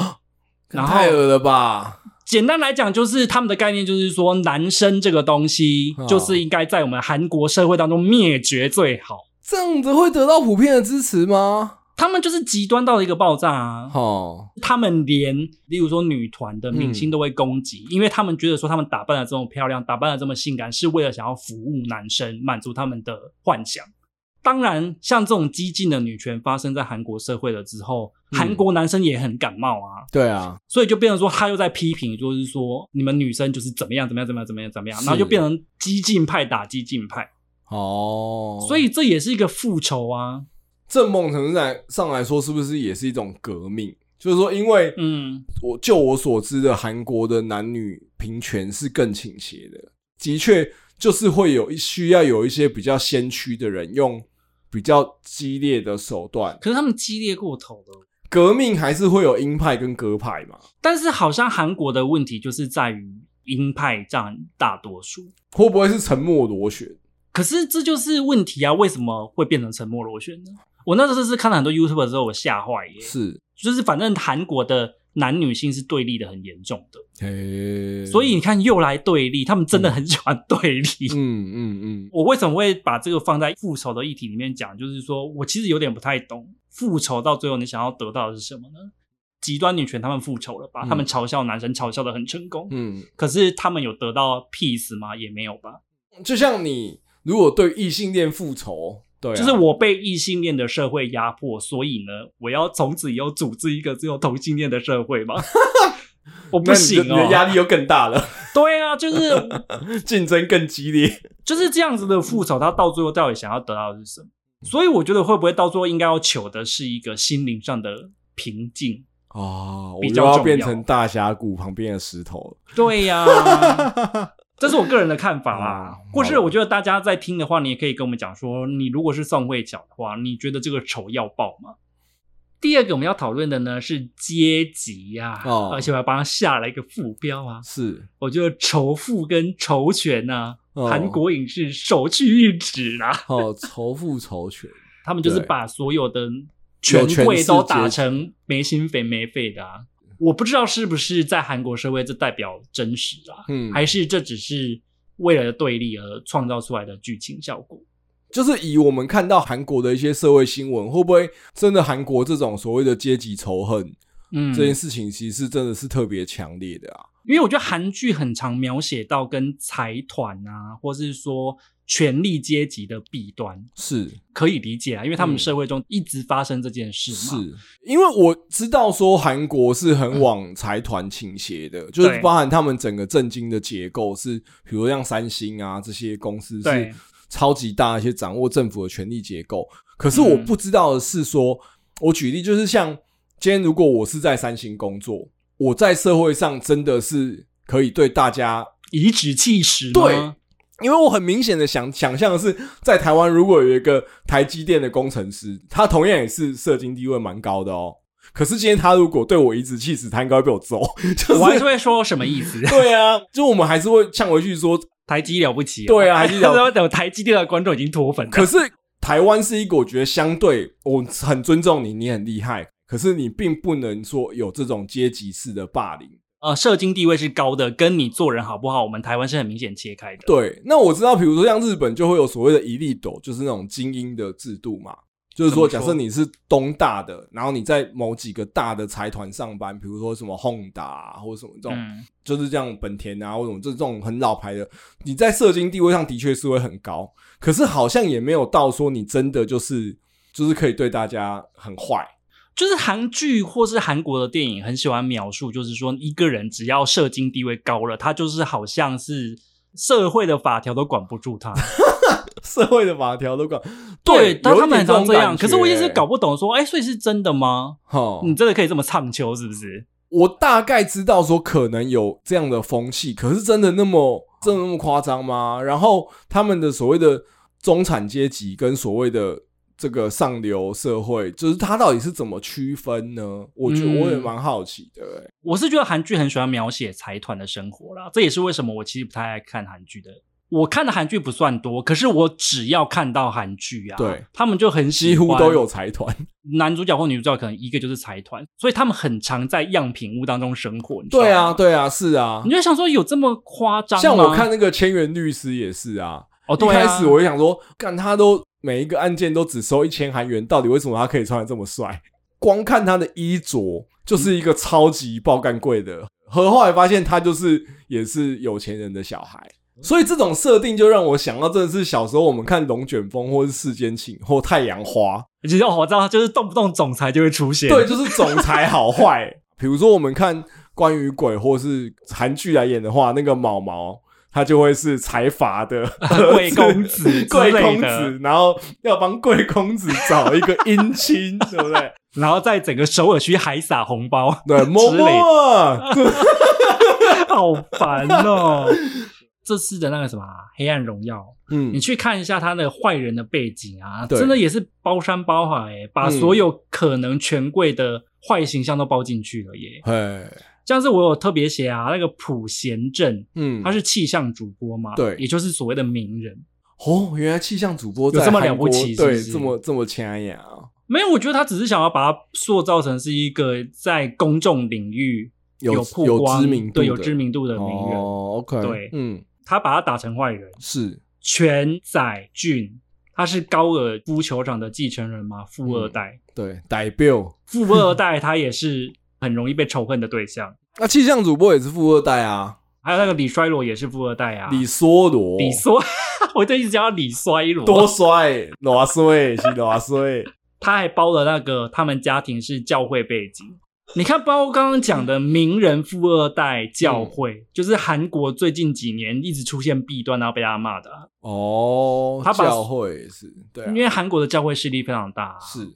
Speaker 1: 然后
Speaker 2: 太恶了吧？
Speaker 1: 简单来讲，就是他们的概念就是说，男生这个东西
Speaker 2: 哦
Speaker 1: 就是应该在我们韩国社会当中灭绝最好。
Speaker 2: 这样子会得到普遍的支持吗？
Speaker 1: 他们就是极端到了一个爆炸啊！
Speaker 2: 哦，
Speaker 1: 他们连例如说女团的明星都会攻击，因为他们觉得说他们打扮的这么漂亮，打扮的这么性感，是为了想要服务男生，满足他们的幻想。当然，像这种激进的女权发生在韩国社会了之后，
Speaker 2: 嗯
Speaker 1: 韩国男生也很感冒啊，
Speaker 2: 对啊，
Speaker 1: 所以就变成说他又在批评，就是说你们女生就是怎么样怎么样怎么样怎么样怎么样，
Speaker 2: 是
Speaker 1: 然后就变成激进派打激进派，
Speaker 2: 哦，
Speaker 1: 所以这也是一个复仇啊，
Speaker 2: 这某种程度来上来说，是不是也是一种革命？就是说，因为
Speaker 1: 嗯，
Speaker 2: 我就我所知的，韩国的男女平权是更倾斜的，的确就是会有一需要有一些比较先驱的人用比较激烈的手段，
Speaker 1: 可是他们激烈过头了。
Speaker 2: 革命还是会有鹰派跟鸽派嘛？
Speaker 1: 但是好像韩国的问题就是在于鹰派占大多数，
Speaker 2: 会不会是沉默螺旋？
Speaker 1: 可是这就是问题啊！为什么会变成沉默螺旋呢？我那时候是看了很多 YouTube 之后，我吓坏耶！
Speaker 2: 是，
Speaker 1: 就是反正韩国的男女性是对立的很严重的，
Speaker 2: 嘿，
Speaker 1: 所以你看又来对立，他们真的很喜欢对立。
Speaker 2: 嗯嗯嗯，
Speaker 1: 我为什么会把这个放在复仇的议题里面讲？就是说我其实有点不太懂，复仇到最后你想要得到的是什么呢？极端女权他们复仇了吧？
Speaker 2: 嗯
Speaker 1: 他们嘲笑男生嘲笑的很成功，
Speaker 2: 嗯，
Speaker 1: 可是他们有得到 peace 吗？也没有吧。
Speaker 2: 就像你如果对异性恋复仇，对啊、
Speaker 1: 就是我被异性恋的社会压迫，所以呢，我要从此以后组织一个只有同性恋的社会
Speaker 2: [laughs]
Speaker 1: 吗？我不
Speaker 2: 那你
Speaker 1: 行
Speaker 2: 的你
Speaker 1: 哦
Speaker 2: 的，压力又更大了， [laughs]
Speaker 1: 对啊，就是 [laughs]
Speaker 2: 竞争更激烈。
Speaker 1: 就是这样子的复仇，他到最后到底想要得到的是什么？所以我觉得会不会到最后应该要求的是一个心灵上的平静？
Speaker 2: 啊，我
Speaker 1: 比
Speaker 2: 又
Speaker 1: 较
Speaker 2: 要
Speaker 1: 重
Speaker 2: 变
Speaker 1: 要
Speaker 2: 成大峡谷旁边的石头了。
Speaker 1: 对
Speaker 2: [laughs]
Speaker 1: 呀、这是我个人的看法啦
Speaker 2: 嗯，
Speaker 1: 或是
Speaker 2: 好吧
Speaker 1: 我觉得大家在听的话，你也可以跟我们讲说，你如果是宋慧乔的话，你觉得这个仇要报吗？第二个我们要讨论的呢是阶级呀、啊，
Speaker 2: 哦
Speaker 1: 而且我还帮他下了一个副标啊，
Speaker 2: 是
Speaker 1: 我觉得仇富跟仇权呐、
Speaker 2: 哦
Speaker 1: 韩国影视首屈一指啦、
Speaker 2: 哦，仇富仇权，
Speaker 1: 他们就是
Speaker 2: 对
Speaker 1: 把所有的
Speaker 2: 有
Speaker 1: 权
Speaker 2: 权
Speaker 1: 贵
Speaker 2: 势
Speaker 1: 都
Speaker 2: 阶
Speaker 1: 打
Speaker 2: 级
Speaker 1: 成没心没没肺的、啊。我不知道是不是在韩国社会这代表真实啊，
Speaker 2: 嗯，
Speaker 1: 还是这只是为了对立而创造出来的剧情效果？
Speaker 2: 就是以我们看到韩国的一些社会新闻，会不会真的韩国这种所谓的阶级仇恨、
Speaker 1: 嗯，
Speaker 2: 这件事情，其实是真的是特别强烈的啊？
Speaker 1: 因为我觉得韩剧很常描写到跟财团啊，或是说权力阶级的弊端，
Speaker 2: 是
Speaker 1: 可以理解啊，因为他们
Speaker 2: 嗯
Speaker 1: 社会中一直发生这件事嘛。
Speaker 2: 是，因为我知道说韩国是很往财团倾斜的，就
Speaker 1: 嗯
Speaker 2: 是
Speaker 1: 对
Speaker 2: 包含他们整个政经的结构是，比如像三星啊这些公司是
Speaker 1: 对，
Speaker 2: 超级大一些掌握政府的权力结构。可是我
Speaker 1: 嗯
Speaker 2: 不知道的是说，我举例就是像今天如果我是在三星工作，我在社会上真的是可以对大家。
Speaker 1: 颐指气使吗
Speaker 2: 对因为我很明显的想想象的是，在台湾如果有一个台积电的工程师，他同样也是社经地位蛮高的哦。可是今天他如果对我颐指气使，他应该会被我揍。 [laughs] 就
Speaker 1: [laughs] 我还是
Speaker 2: 是？
Speaker 1: 会说什么意思 [laughs]
Speaker 2: 对啊，就我们还是会呛回去说，
Speaker 1: 台积了不起、啊，
Speaker 2: 对啊台积了不
Speaker 1: [laughs] 不等台积电的观众已经脱粉了。
Speaker 2: 可是台湾是一个我觉得相对我很尊重你，你很厉害，可是你并不能说有这种阶级式的霸凌。
Speaker 1: 呃，社经地位是高的，跟你做人好不好，我们台湾是很明显切开的。
Speaker 2: 对，那我知道，比如说像日本就会有所谓的一粒斗，就是那种精英的制度嘛。就是说，
Speaker 1: 怎
Speaker 2: 假
Speaker 1: 么说
Speaker 2: 设你是东大的，然后你在某几个大的财团上班，比如说什么 Honda 啊或者什么这种，
Speaker 1: 嗯，
Speaker 2: 就是这样本田啊，或者什么这这种很老牌的，你在社经地位上的确是会很高，可是好像也没有到说你真的就是就是可以对大家
Speaker 1: [laughs]
Speaker 2: 很坏。
Speaker 1: 就是韩剧或是韩国的电影很喜欢描述，就是说一个人只要社经地位高了，他就是好像是社会的法条都管不住
Speaker 2: [laughs]
Speaker 1: 他。
Speaker 2: 社会的法条都管。
Speaker 1: 但他们很常
Speaker 2: 常
Speaker 1: 这样。可是我一
Speaker 2: 欸
Speaker 1: 直搞不懂说，哎，所以是真的吗？
Speaker 2: 哈，
Speaker 1: 你真的可以这么唱秋是不是？
Speaker 2: 我大概知道说可能有这样的风气，可是真的那么真的那么夸张吗？然后他们的所谓的中产阶级跟所谓的这个上流社会，就是他到底是怎么区分呢？我觉得
Speaker 1: 嗯
Speaker 2: 我也蛮好奇的、欸。
Speaker 1: 我是觉得韩剧很喜欢描写财团的生活啦，这也是为什么我其实不太爱看韩剧的。我看的韩剧不算多，可是我只要看到韩剧啊，
Speaker 2: 对，
Speaker 1: 他们就很喜
Speaker 2: 几
Speaker 1: 欢
Speaker 2: 乎都有财团，
Speaker 1: 男主角或女主角，可能一个就是财团，所以他们很常在样品屋当中生活。你知道吗
Speaker 2: 对啊，，对啊，是啊
Speaker 1: 你，就想说有这么夸张吗？
Speaker 2: 像我看那个《千元律师》也是啊，
Speaker 1: 哦，
Speaker 2: 一
Speaker 1: 对啊
Speaker 2: 开始我就想说，干他都每一个案件都只收一千韩元，到底为什么他可以穿的这么帅？ [laughs] 光看他的衣着，就是一个超级爆干贵的。和后来发现他就是也是有钱人的小孩，所以这种设定就让我想到，真的是小时候我们看《龙卷风》或是《世间情》或《太阳花》，
Speaker 1: 其实哦我知道，就是动不动总裁就会出现。
Speaker 2: 对，就是总裁好坏。 [laughs] 比如说我们看关于鬼或是韩剧来演的话，那个毛毛他就会是财
Speaker 1: [laughs]
Speaker 2: 阀的
Speaker 1: 贵公子之类的
Speaker 2: 贵公子，然后要帮贵公子找一个姻亲，对
Speaker 1: [laughs]
Speaker 2: 不对？
Speaker 1: 然后在整个首尔区还撒红包， [laughs]
Speaker 2: 对，摸
Speaker 1: 之类的
Speaker 2: 摸啊，
Speaker 1: 好烦
Speaker 2: [laughs]
Speaker 1: 哦。这次的那个什么《啊黑暗荣耀》，你
Speaker 2: 嗯，
Speaker 1: 去看一下他的坏人的背景啊，
Speaker 2: 对
Speaker 1: 真的也是包山包海、欸，把
Speaker 2: 嗯
Speaker 1: 所有可能权贵的坏形象都包进去了耶。
Speaker 2: 哎，
Speaker 1: 像是我有特别写啊，那个普贤镇，
Speaker 2: 嗯，
Speaker 1: 他是气象主播嘛，
Speaker 2: 对
Speaker 1: 也就是所谓的名人。
Speaker 2: 哦，原来气象主播
Speaker 1: 有
Speaker 2: 在
Speaker 1: 这么
Speaker 2: 韩
Speaker 1: 了不
Speaker 2: 国
Speaker 1: 起是不
Speaker 2: 对，
Speaker 1: 是
Speaker 2: 这么这么抢眼啊，
Speaker 1: 没有，我觉得他只是想要把它塑造成是一个在公众领域
Speaker 2: 有
Speaker 1: 曝
Speaker 2: 有
Speaker 1: 光、
Speaker 2: 知名度
Speaker 1: 对
Speaker 2: 的
Speaker 1: 有知名度的名人，
Speaker 2: 哦，OK，
Speaker 1: 对
Speaker 2: 嗯，
Speaker 1: 他把他打成坏人。
Speaker 2: 是，
Speaker 1: 全宰俊，他是高尔夫球场的继承人嘛，富二代，
Speaker 2: 对，代表。
Speaker 1: 富二代他也是很容易被仇恨的对象。
Speaker 2: 那气象主播也是富二代啊，
Speaker 1: 还有那个李衰罗也是富二代啊，
Speaker 2: [laughs] 李梭罗，
Speaker 1: 李衰， [laughs] 我就一直叫他李衰 [laughs] 罗，
Speaker 2: 多帅，多帅是多帅，
Speaker 1: 他还包了那个他们家庭是教会背景。你看，包括刚刚讲
Speaker 2: 嗯
Speaker 1: 的名人富二代教会，就是韩国最近几年一直出现弊端，然后被大家骂的啊、
Speaker 2: [laughs] 哦，
Speaker 1: 他把
Speaker 2: 教会也是对啊、
Speaker 1: 因为韩国的教会势力非常大、啊。，
Speaker 2: 是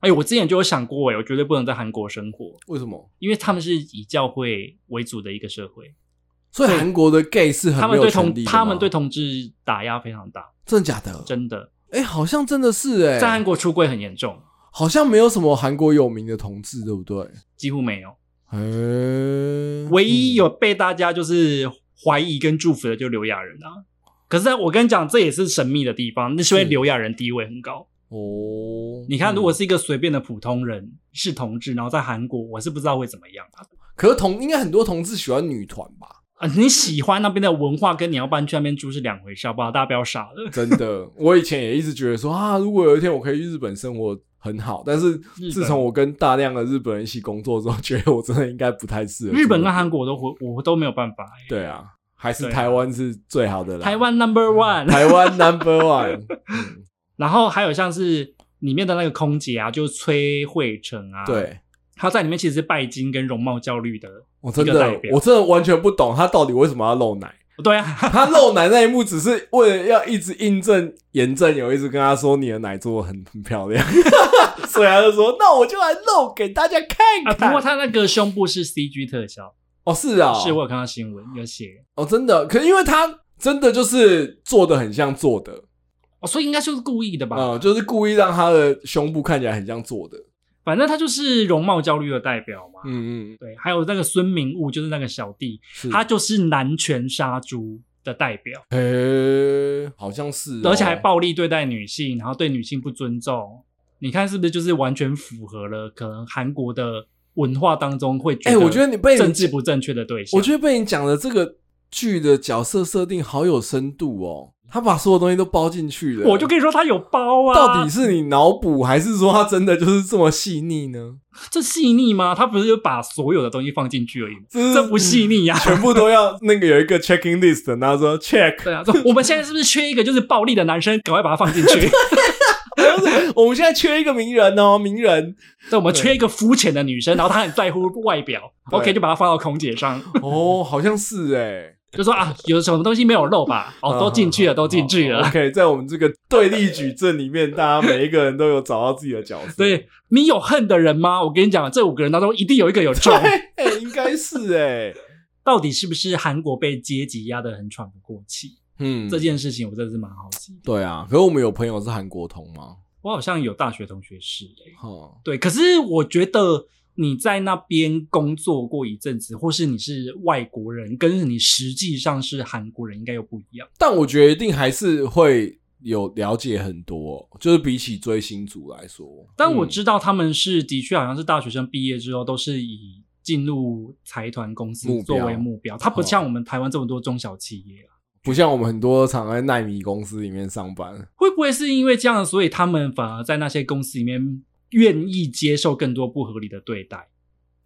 Speaker 1: 哎、我之前就有想过、哎，我绝对不能在韩国生活。
Speaker 2: 为什么？
Speaker 1: 因为他们是以教会为主的一个社会，
Speaker 2: 所以韩国的 gay 是
Speaker 1: 他
Speaker 2: 很
Speaker 1: 们
Speaker 2: 没有
Speaker 1: 对
Speaker 2: 权利
Speaker 1: 同
Speaker 2: 的吗
Speaker 1: 他们对同志打压非常大，
Speaker 2: 真的假的？
Speaker 1: 真的，
Speaker 2: 哎、好像真的是哎、
Speaker 1: 在韩国出柜很严重。
Speaker 2: 好像没有什么韩国有名的同志，对不对？
Speaker 1: 几乎没有，
Speaker 2: 哎、嗯
Speaker 1: 唯一有被大家就是怀疑跟祝福的就刘亚仁啊。可是我跟你讲，这也是神秘的地方，那是因为
Speaker 2: 是
Speaker 1: 刘亚仁地位很高。
Speaker 2: 哦，
Speaker 1: 你看，如果
Speaker 2: 嗯
Speaker 1: 是一个随便的普通人是同志，然后在韩国，我是不知道会怎么样啊。
Speaker 2: 可是同应该很多同志喜欢女团吧？
Speaker 1: 啊你喜欢那边的文化，跟你要搬去那边住是两回事，好不好？大家不要傻了。
Speaker 2: 真 [laughs] 的，我以前也一直觉得说啊，如果有一天我可以去日本生活很好，但是
Speaker 1: 本
Speaker 2: 自从我跟大量的日本人一起工作之后，觉得我真的应该不太适合
Speaker 1: 日本跟
Speaker 2: 啊，
Speaker 1: 韩国我都我我都没有办法、欸
Speaker 2: 对啊，还是
Speaker 1: 对啊
Speaker 2: 台湾是最好的啦。
Speaker 1: 台湾
Speaker 2: 嗯
Speaker 1: number one，
Speaker 2: 台湾 number one，嗯
Speaker 1: 然后还有像是里面的那个空姐啊，就是崔慧成啊，，
Speaker 2: [laughs] 对。
Speaker 1: 她在里面其实是拜金跟容貌焦虑的，
Speaker 2: 我真
Speaker 1: 一个代
Speaker 2: 的
Speaker 1: 表，
Speaker 2: 我真的完全不懂他到底为什么要露 [laughs] 奶。
Speaker 1: 对啊，
Speaker 2: 他露奶那一幕只是为了要一直印证严正有一直跟他说你的奶做的很很漂亮， [laughs] 所以他就说那我就来露给大家
Speaker 1: 啊，
Speaker 2: 看
Speaker 1: 不
Speaker 2: 看。
Speaker 1: 过她那个胸部是 CG 特效，
Speaker 2: 哦，是啊、
Speaker 1: 是我有看到新闻有写，
Speaker 2: 哦，真的，可因为他真的就是做的很像做的，
Speaker 1: 哦，所以应该就是故意的吧，
Speaker 2: 啊、就是故意让他的胸部看起来很像做的。
Speaker 1: 反正她就是容貌焦虑的代表嘛。
Speaker 2: 嗯嗯，
Speaker 1: 对，还有那个孙明悟，就是那个小弟，
Speaker 2: 是
Speaker 1: 他就是男权杀猪的代表，
Speaker 2: 诶、好像是哦、
Speaker 1: 而且还暴力对待女性，然后对女性不尊重。你看是不是就是完全符合了可能韩国的文化当中会觉
Speaker 2: 哎、
Speaker 1: 得？
Speaker 2: 我觉得你被你
Speaker 1: 政治不正确的对象。
Speaker 2: 我觉得被你讲的这个剧的角色设定好有深度哦，他把所有东西都包进去了。
Speaker 1: 我就跟你说他有包啊，
Speaker 2: 到底是你脑补，还是说他真的就是这么细腻呢？
Speaker 1: 这细腻吗？他不是就把所有的东西放进去而已吗，
Speaker 2: 这
Speaker 1: 这不细腻啊呀、
Speaker 2: 嗯全部都要那个有一个 checking list，然后说 check，
Speaker 1: 对啊，说我们现在是不是缺一个就是暴力的男生？赶快把他放进
Speaker 2: [laughs]
Speaker 1: 去。
Speaker 2: 我们现在缺一个名人哦，名人
Speaker 1: 对，我们缺一个肤浅的女生，然后她很在乎外表
Speaker 2: 对
Speaker 1: ，OK，就把她放到空姐上， [laughs]
Speaker 2: 哦，好像是哎，
Speaker 1: 就说啊，有什么东西没有漏吧？哦，都进去了，都进去了。
Speaker 2: 嗯哦 OK，在我们这个对立矩阵里面，大家每一个人都有找到自己的角色。
Speaker 1: [laughs] 对你有恨的人吗？我跟你讲，这五个人当中一定有一个有中
Speaker 2: 对。，哎，应该是哎，
Speaker 1: 到底是不是韩国被阶级压得很喘不过气？
Speaker 2: [laughs] 嗯
Speaker 1: 这件事情我真的是蛮好奇的。
Speaker 2: 对啊。可是我们有朋友是韩国通吗？
Speaker 1: 我好像有大学同学是、欸，
Speaker 2: 哈，
Speaker 1: 对，可是我觉得你在那边工作过一阵子，或是你是外国人，跟你实际上是韩国人应该又不一样。
Speaker 2: 但我觉得一定还是会有了解很多，哦就是比起追星族来说，
Speaker 1: 但我
Speaker 2: 嗯
Speaker 1: 知道他们是的确好像是大学生毕业之后都是以进入财团公
Speaker 2: 目
Speaker 1: 司
Speaker 2: 标嗯
Speaker 1: 作为目标，它不像我们台湾这么多中小企业啊。
Speaker 2: 不像我们很多常在奈米公司里面上班，
Speaker 1: 会不会是因为这样，所以他们反而在那些公司里面愿意接受更多不合理的对待？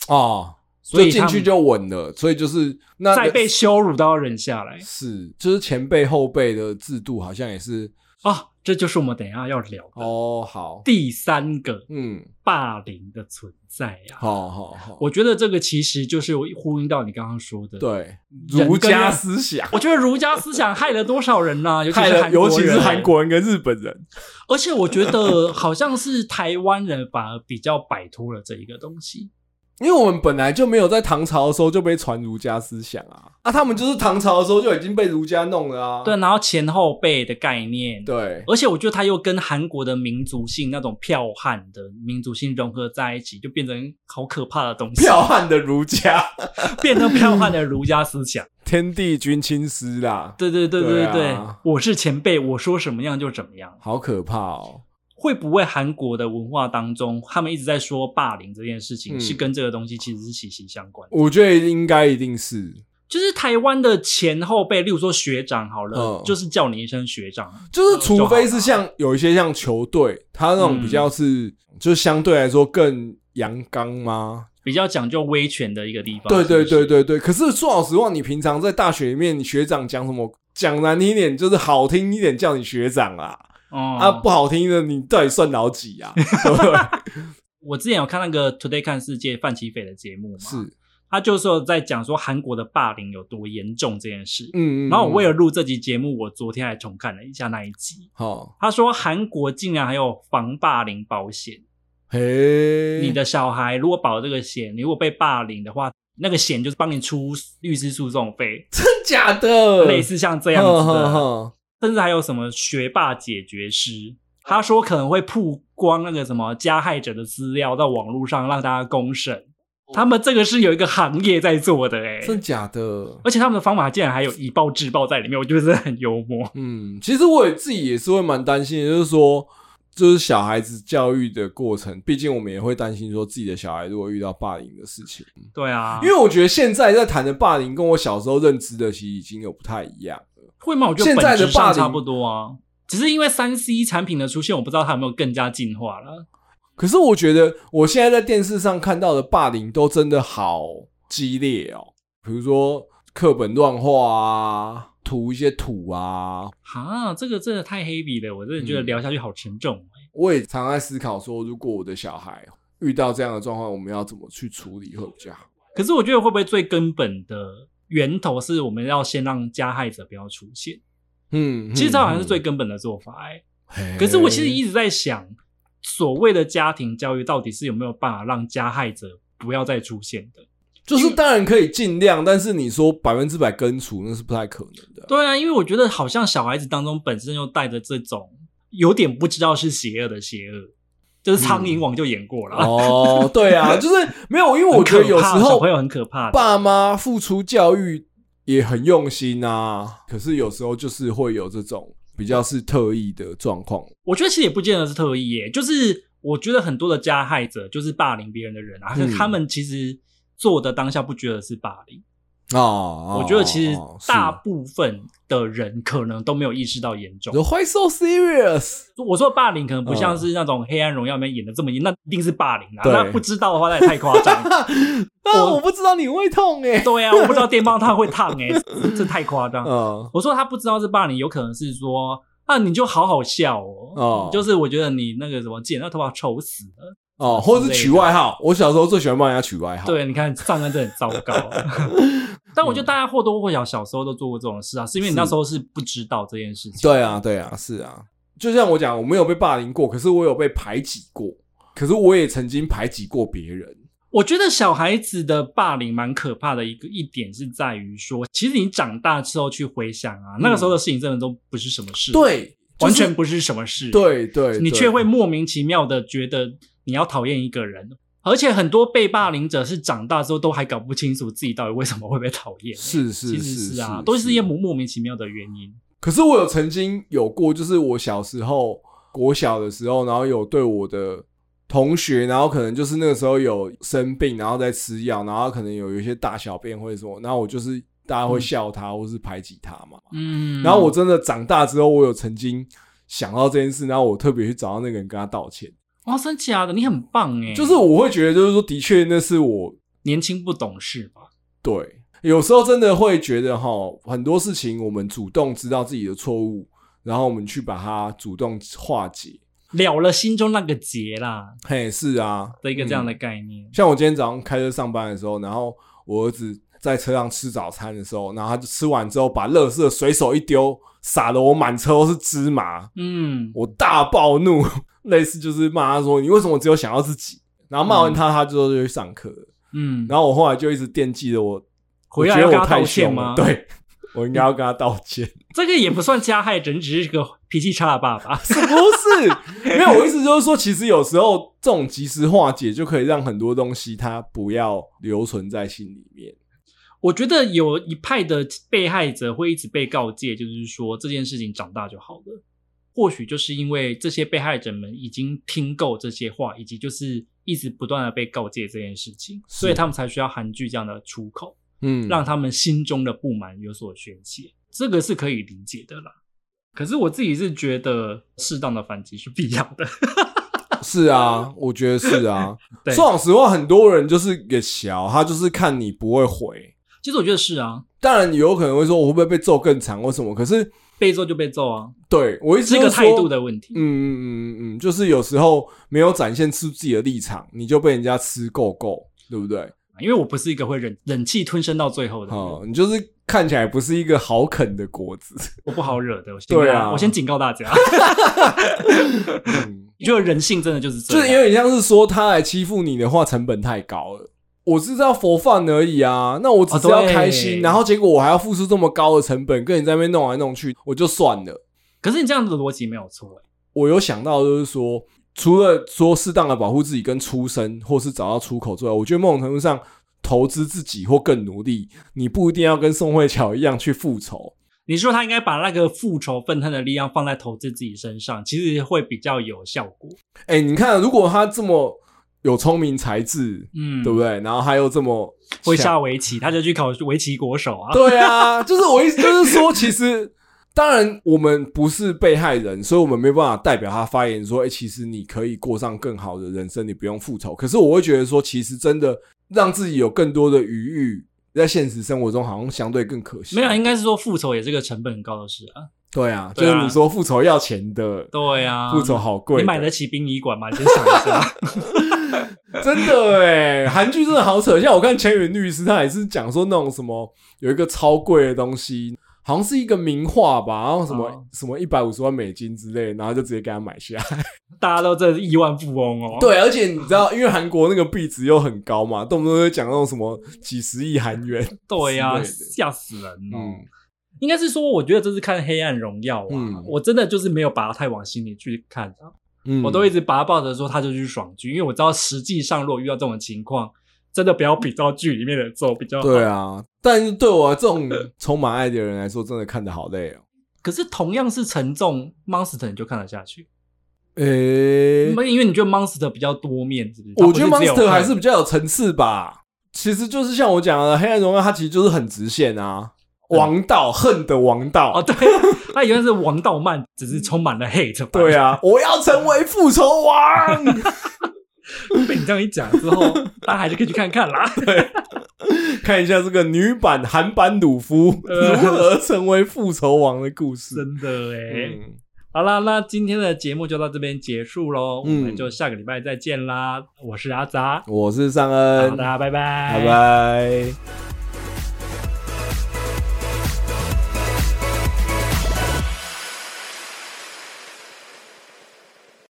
Speaker 2: 哦，
Speaker 1: 所以
Speaker 2: 就进
Speaker 1: 他
Speaker 2: 去
Speaker 1: 们
Speaker 2: 就稳了，所以就是那
Speaker 1: 再被羞辱都要忍下来
Speaker 2: 是就是前辈后辈的制度好像也是
Speaker 1: 啊！这就是我们等一下要聊的。
Speaker 2: 哦，好，
Speaker 1: 第三个
Speaker 2: 嗯，
Speaker 1: 霸凌的存在啊。
Speaker 2: 好好好，
Speaker 1: 我觉得这个其实就是呼应到你刚刚说的。，
Speaker 2: 对
Speaker 1: 人
Speaker 2: 儒
Speaker 1: 跟
Speaker 2: 家
Speaker 1: 人
Speaker 2: 思想
Speaker 1: 我觉得儒家思想害了多少人 [laughs] 呐、尤其
Speaker 2: 害
Speaker 1: 是
Speaker 2: 了，
Speaker 1: 韩国
Speaker 2: 尤
Speaker 1: 人
Speaker 2: 其是韩。国人跟日本人，
Speaker 1: 而且我觉得 [laughs] 好像是台湾人反而比较摆脱了这一个东西。
Speaker 2: 因为我们本来就没有在唐朝的时候就被传儒家思想啊，啊，他们就是唐朝的时候就已经被儒家弄了啊，
Speaker 1: 对，然后前后辈的概念。。
Speaker 2: 对，
Speaker 1: 而且我觉得他又跟韩国的民族性那种剽悍的民族性融合在一起，就变成好可怕的东西，
Speaker 2: 剽悍的儒家，
Speaker 1: 变成剽悍的儒家思想。
Speaker 2: 天地君亲师啦，
Speaker 1: 对对对
Speaker 2: 对
Speaker 1: 对
Speaker 2: 啊
Speaker 1: 对，我是前辈，我说什么样就怎么样。
Speaker 2: 好可怕哦，
Speaker 1: 会不会韩国的文化当中，他们一直在说霸凌这件事情，
Speaker 2: 嗯
Speaker 1: 是跟这个东西其实是息息相关的？
Speaker 2: 我觉得应该一定是，
Speaker 1: 就是台湾的前后辈，例如说学长好了，
Speaker 2: 嗯
Speaker 1: 就是叫你一声学长，啊
Speaker 2: 就是除非是像有一些像球队，他那种比较是、就是相对来说更阳刚吗？
Speaker 1: 比较讲究威权的一个地方。
Speaker 2: 对对
Speaker 1: 是不
Speaker 2: 对
Speaker 1: 是，
Speaker 2: 对对。可是说老实话，你平常在大学里面，你学长讲什么，讲难听一点就是好听一点叫你学长啦，
Speaker 1: 哦、
Speaker 2: 啊不好听的你到底算老几啊？对不对？
Speaker 1: [laughs] 我之前有看那个《Today 看世界》范奇斐的节目嘛，
Speaker 2: 是，
Speaker 1: 他就是有在讲说韩国的霸凌有多严重这件事。
Speaker 2: 嗯嗯。
Speaker 1: 然后我为了
Speaker 2: 有
Speaker 1: 录这集节目，我昨天还重看了一下那一集。
Speaker 2: 好，
Speaker 1: 他说韩国竟然还有防霸凌保险。
Speaker 2: 嘿，
Speaker 1: 你的小孩如果保这个险，你如果被霸凌的话，那个险就是帮你出律师诉讼费，
Speaker 2: 真假的
Speaker 1: 类似像这
Speaker 2: 这
Speaker 1: 样子的，
Speaker 2: 哼哼哼
Speaker 1: 甚至还有什么学霸解决师，他说可能会曝光那个什么加害者的资料到网络上让大家公审。
Speaker 2: 哦
Speaker 1: 他们这个是有一个行业在做的、欸，哎，
Speaker 2: 真假的？
Speaker 1: 而且他们的方法竟然还有以暴制暴在里面，我觉得真的很幽
Speaker 2: [laughs]
Speaker 1: 默。
Speaker 2: 嗯，其实我也自己也是会蛮担心的，就是说，就是小孩子教育的过程，毕竟我们也会担心说自己的小孩如果遇到霸凌的事情，
Speaker 1: 对啊，
Speaker 2: 因为我觉得现在在谈的霸凌跟我小时候认知的其实已经有不太一样了。
Speaker 1: 会吗？我觉得
Speaker 2: 现在
Speaker 1: 本
Speaker 2: 的
Speaker 1: 质上
Speaker 2: 霸凌
Speaker 1: 差不多啊，只是因为三 C 产品的出现，我不知道它有没有更加进化了。
Speaker 2: 可是我觉得我现在在电视上看到的霸凌都真的好激烈哦，比如说课本乱画啊，涂一些土啊，
Speaker 1: 哈，这个真的太 heavy 了，我真的觉得
Speaker 2: 嗯
Speaker 1: 聊下去好沉重哦、
Speaker 2: 我也常在思考说，如果我的小孩遇到这样的状况，我们要怎么去处理会比较好？
Speaker 1: 可是我觉得会不会最根本的源头是我们要先让加害者不要出现？
Speaker 2: 嗯，
Speaker 1: 其实这好像是
Speaker 2: 嗯哎
Speaker 1: 最根本的做法、欸。
Speaker 2: 嘿
Speaker 1: 可是我其实一直在想，所谓的家庭教育到底是有没有办法让加害者不要再出现的？
Speaker 2: 就是当然可以尽量，但是你说百分之百根除，那是不太可能的。
Speaker 1: 对啊，因为我觉得好像小孩子当中本身就带着这种有点不知道是邪恶的邪恶，就是苍
Speaker 2: 嗯
Speaker 1: 蝇王就演过 [laughs] 了。
Speaker 2: 哦，对啊，就是没有，因为我觉得有时
Speaker 1: 很可怕小
Speaker 2: 候
Speaker 1: 朋友很可怕的
Speaker 2: 爸妈付出教育也很用心啊，可是有时候就是会有这种比较是特意的状况。
Speaker 1: 我觉得其实也不见得是特意耶，就是我觉得很多的加害者就是霸凌别人的人啊，
Speaker 2: 嗯
Speaker 1: 可是他们其实做的当下不觉得是霸凌。
Speaker 2: 哦，
Speaker 1: 我觉得其实
Speaker 2: 哦是
Speaker 1: 大部分的人可能都没有意识到严重。
Speaker 2: The why so [laughs] serious？
Speaker 1: 我说的霸凌可能不像是那种《黑暗荣耀》里面演的这么严，那一定是霸凌啊。
Speaker 2: 嗯对
Speaker 1: 那不知道的话，那也太夸张。
Speaker 2: 啊，我不知道你会痛
Speaker 1: [laughs]
Speaker 2: 哎、
Speaker 1: 对啊，我不知道电棒烫会烫哎、这这太夸张。
Speaker 2: 嗯，
Speaker 1: 我说他不知道是霸凌，有可能是说啊，你就好好笑哦。
Speaker 2: 哦
Speaker 1: 就是我觉得你那个什么剪那头发丑死了。啊
Speaker 2: 哦，或者是取外号。我小时候最喜欢帮人家取外号。，
Speaker 1: 对，你看上岸真的很糟糕。
Speaker 2: [laughs]
Speaker 1: [laughs] 但
Speaker 2: 嗯
Speaker 1: 我觉得大家或多或少小时候都做过这种事啊，是因为你那时候是不知道这件事情。
Speaker 2: 对啊，对啊，是啊。就像我讲，我没有被霸凌过，可是我有被排挤过，可是我也曾经排挤过别人。
Speaker 1: 我觉得小孩子的霸凌蛮可怕的一个一点是在于说，其实你长大之后去回想啊，那个时候的事情真的都不是什么事，，
Speaker 2: 嗯对，
Speaker 1: 完
Speaker 2: 就是
Speaker 1: 全不是什么事，，
Speaker 2: 对对，
Speaker 1: 你
Speaker 2: 对
Speaker 1: 却会莫名其妙的觉得你要讨厌一个人。而且很多被霸凌者是长大之后都还搞不清楚自己到底为什么会被讨厌，
Speaker 2: 是是
Speaker 1: 其
Speaker 2: 是
Speaker 1: 实
Speaker 2: 是
Speaker 1: 啊，都是一些莫莫名其妙的原因。
Speaker 2: 可是我有曾经有过，就是我小时候国小的时候，然后有对我的同学，然后可能就是那个时候有生病，然后在吃药，然后可能有一些大小便或者什么，然后我就是大家会笑他或是排挤他嘛。
Speaker 1: 嗯，
Speaker 2: 然后我真的长大之后，我有曾经想到这件事，然后我特别去找到那个人跟他道歉，
Speaker 1: 哇，哦真假的？你很棒哎！
Speaker 2: 就是我会觉得，就是说，的确那是我
Speaker 1: 年轻不懂事吧？
Speaker 2: 对，有时候真的会觉得哈，很多事情我们主动知道自己的错误，然后我们去把它主动化解。
Speaker 1: 了了心中那个结啦
Speaker 2: 嘿，是啊，
Speaker 1: 的一个这样的
Speaker 2: 嗯
Speaker 1: 概念。
Speaker 2: 像我今天早上开车上班的时候，然后我儿子在车上吃早餐的时候，然后他就吃完之后把垃圾随手一丢，撒的我满车都是芝麻，
Speaker 1: 嗯，
Speaker 2: 我大暴怒， [laughs] 类似就是骂他说你为什么只有想到自己，然后骂完他，他之后就去上课了。
Speaker 1: 嗯，
Speaker 2: 然后我后来就一直惦记着我，
Speaker 1: 回来
Speaker 2: 我
Speaker 1: 要
Speaker 2: 觉得
Speaker 1: 跟
Speaker 2: 我
Speaker 1: 他
Speaker 2: 太
Speaker 1: 道歉
Speaker 2: 凶
Speaker 1: 吗
Speaker 2: 了，？，对我应该要跟他道歉。
Speaker 1: [laughs]
Speaker 2: [laughs]
Speaker 1: 这个也不算加害者，你只是个脾气差的爸爸。 [laughs]
Speaker 2: 不是，没有，我意思就是说，其实有时候这种及时化解就可以让很多东西它不要留存在心里面。
Speaker 1: 我觉得有一派的被害者会一直被告诫，就是说这件事情长大就好了。或许就是因为这些被害者们已经听够这些话，以及就是一直不断的被告诫这件事情，
Speaker 2: 是
Speaker 1: 所以他们才需要韩剧这样的出口。
Speaker 2: 嗯
Speaker 1: 让他们心中的不满有所宣泄，这个是可以理解的啦。可是我自己是觉得适当的反击是必要的。 [laughs]
Speaker 2: 是啊，我觉得是啊。
Speaker 1: 对
Speaker 2: 说老实话，很多人就是给小，他就是看你不会回。
Speaker 1: 其实我觉得是啊，
Speaker 2: 当然，你有可能会说我会不会被揍更惨或什么，可是
Speaker 1: 被揍就被揍啊，
Speaker 2: 对我一直
Speaker 1: 是一个态度
Speaker 2: 的。
Speaker 1: 的问题。
Speaker 2: 嗯嗯嗯嗯，就是有时候没有展现出自己的立场，你就被人家吃够够，对不对？
Speaker 1: 因为我不是一个会忍忍气吞声到最后的人，
Speaker 2: 哦，你就是看起来不是一个好啃的果子。
Speaker 1: 我不好惹的。我先跟
Speaker 2: 对
Speaker 1: 大家
Speaker 2: 啊
Speaker 1: 我先警告大
Speaker 2: [laughs]
Speaker 1: 家， [laughs]
Speaker 2: 嗯
Speaker 1: 就人性真的就是这
Speaker 2: 就
Speaker 1: 样。
Speaker 2: 是有点像是说他来欺负你的话，成本太高了。我是要佛饭而已啊，那我只是要开
Speaker 1: 哦
Speaker 2: 心，
Speaker 1: 对
Speaker 2: 然后结果我还要付出这么高的成本，跟你在那边弄来弄去，我就算了。
Speaker 1: 可是你这样子的逻辑没有错、欸
Speaker 2: 我有想到就是说，除了说适当的保护自己跟出身或是找到出口之外，我觉得某种程度上投资自己或更努力，你不一定要跟宋慧乔一样去复仇。
Speaker 1: 你说他应该把那个复仇愤恨的力量放在投资自己身上，其实会比较有效果。
Speaker 2: 哎、你看，如果他这么有聪明才智，
Speaker 1: 嗯，
Speaker 2: 对不对？然后他又这么
Speaker 1: 会
Speaker 2: 下。
Speaker 1: 下围棋，他就去考围棋国手 [laughs] 啊。
Speaker 2: 对啊，就是我意思，就是说，其实当然我们不是被害人，所以我们没办法代表他发言说，哎、其实你可以过上更好的人生，你不用复仇。可是我会觉得说，其实真的让自己有更多的余裕，在现实生活中好像相对更可惜。
Speaker 1: 没有，应啊该是说复仇也是个成本很高的事啊。
Speaker 2: 对啊，就
Speaker 1: 对啊
Speaker 2: 是你说复仇要钱的，
Speaker 1: 对啊，
Speaker 2: 复仇好贵
Speaker 1: 你买
Speaker 2: 的，
Speaker 1: 得起殡仪馆吗？你先想一下。
Speaker 2: [laughs] 真的哎、韩剧真的好扯。像我看千云律师，他也是讲说那种什么有一个超贵的东西，好像是一个名画吧，然后什么、
Speaker 1: 哦
Speaker 2: 什么一百五十万美金之类，然后就直接给他买
Speaker 1: [laughs]
Speaker 2: 下。
Speaker 1: 大家都真的是亿万富翁哦。，
Speaker 2: 对，而且你知道，因为韩国那个币值又很高嘛，动不动就讲那种什么几十亿韩元。
Speaker 1: 对呀、
Speaker 2: 之类的
Speaker 1: 吓死人哦！
Speaker 2: 嗯，
Speaker 1: 应该是说，我觉得这是看《黑暗荣耀》啊，
Speaker 2: 嗯
Speaker 1: 我真的就是没有把它太往心里去看啊、
Speaker 2: 嗯
Speaker 1: 我都一直把它抱着说它就是爽剧，因为我知道实际上如果遇到这种情况，真的不要比照剧里面的做比较好。
Speaker 2: 对啊。但是对我这种充满爱的人来说，真的看得好累哦。
Speaker 1: 可是同样是沉重，Monster 你就看得下去，
Speaker 2: 诶、
Speaker 1: 因为你觉得 Monster 比较多面，是不是？
Speaker 2: 我觉得
Speaker 1: 它不是只有
Speaker 2: Monster 还
Speaker 1: 看
Speaker 2: 是比较有层次吧。其实就是像我讲的，《黑暗荣耀》它其实就是很直线啊，
Speaker 1: 嗯
Speaker 2: 王道，恨的王道。
Speaker 1: 哦，对 [laughs] 啊，它原来是王道漫，只是充满了 hate。
Speaker 2: 对，啊，我要成为复仇王。
Speaker 1: [laughs] 被你这样一讲之
Speaker 2: [laughs]
Speaker 1: 后，大家还是可以去看看啦。
Speaker 2: 嗯看一下这个女版韩版鲁夫
Speaker 1: 呃
Speaker 2: 如何成为复仇王的故事。
Speaker 1: 真的哎、
Speaker 2: 嗯
Speaker 1: 好啦，那今天的节目就到这边结束喽，
Speaker 2: 嗯
Speaker 1: 我们就下个礼拜再见啦。我是阿杂，
Speaker 2: 我是尚
Speaker 1: 好
Speaker 2: 恩，
Speaker 1: 大家拜拜，
Speaker 2: 拜拜。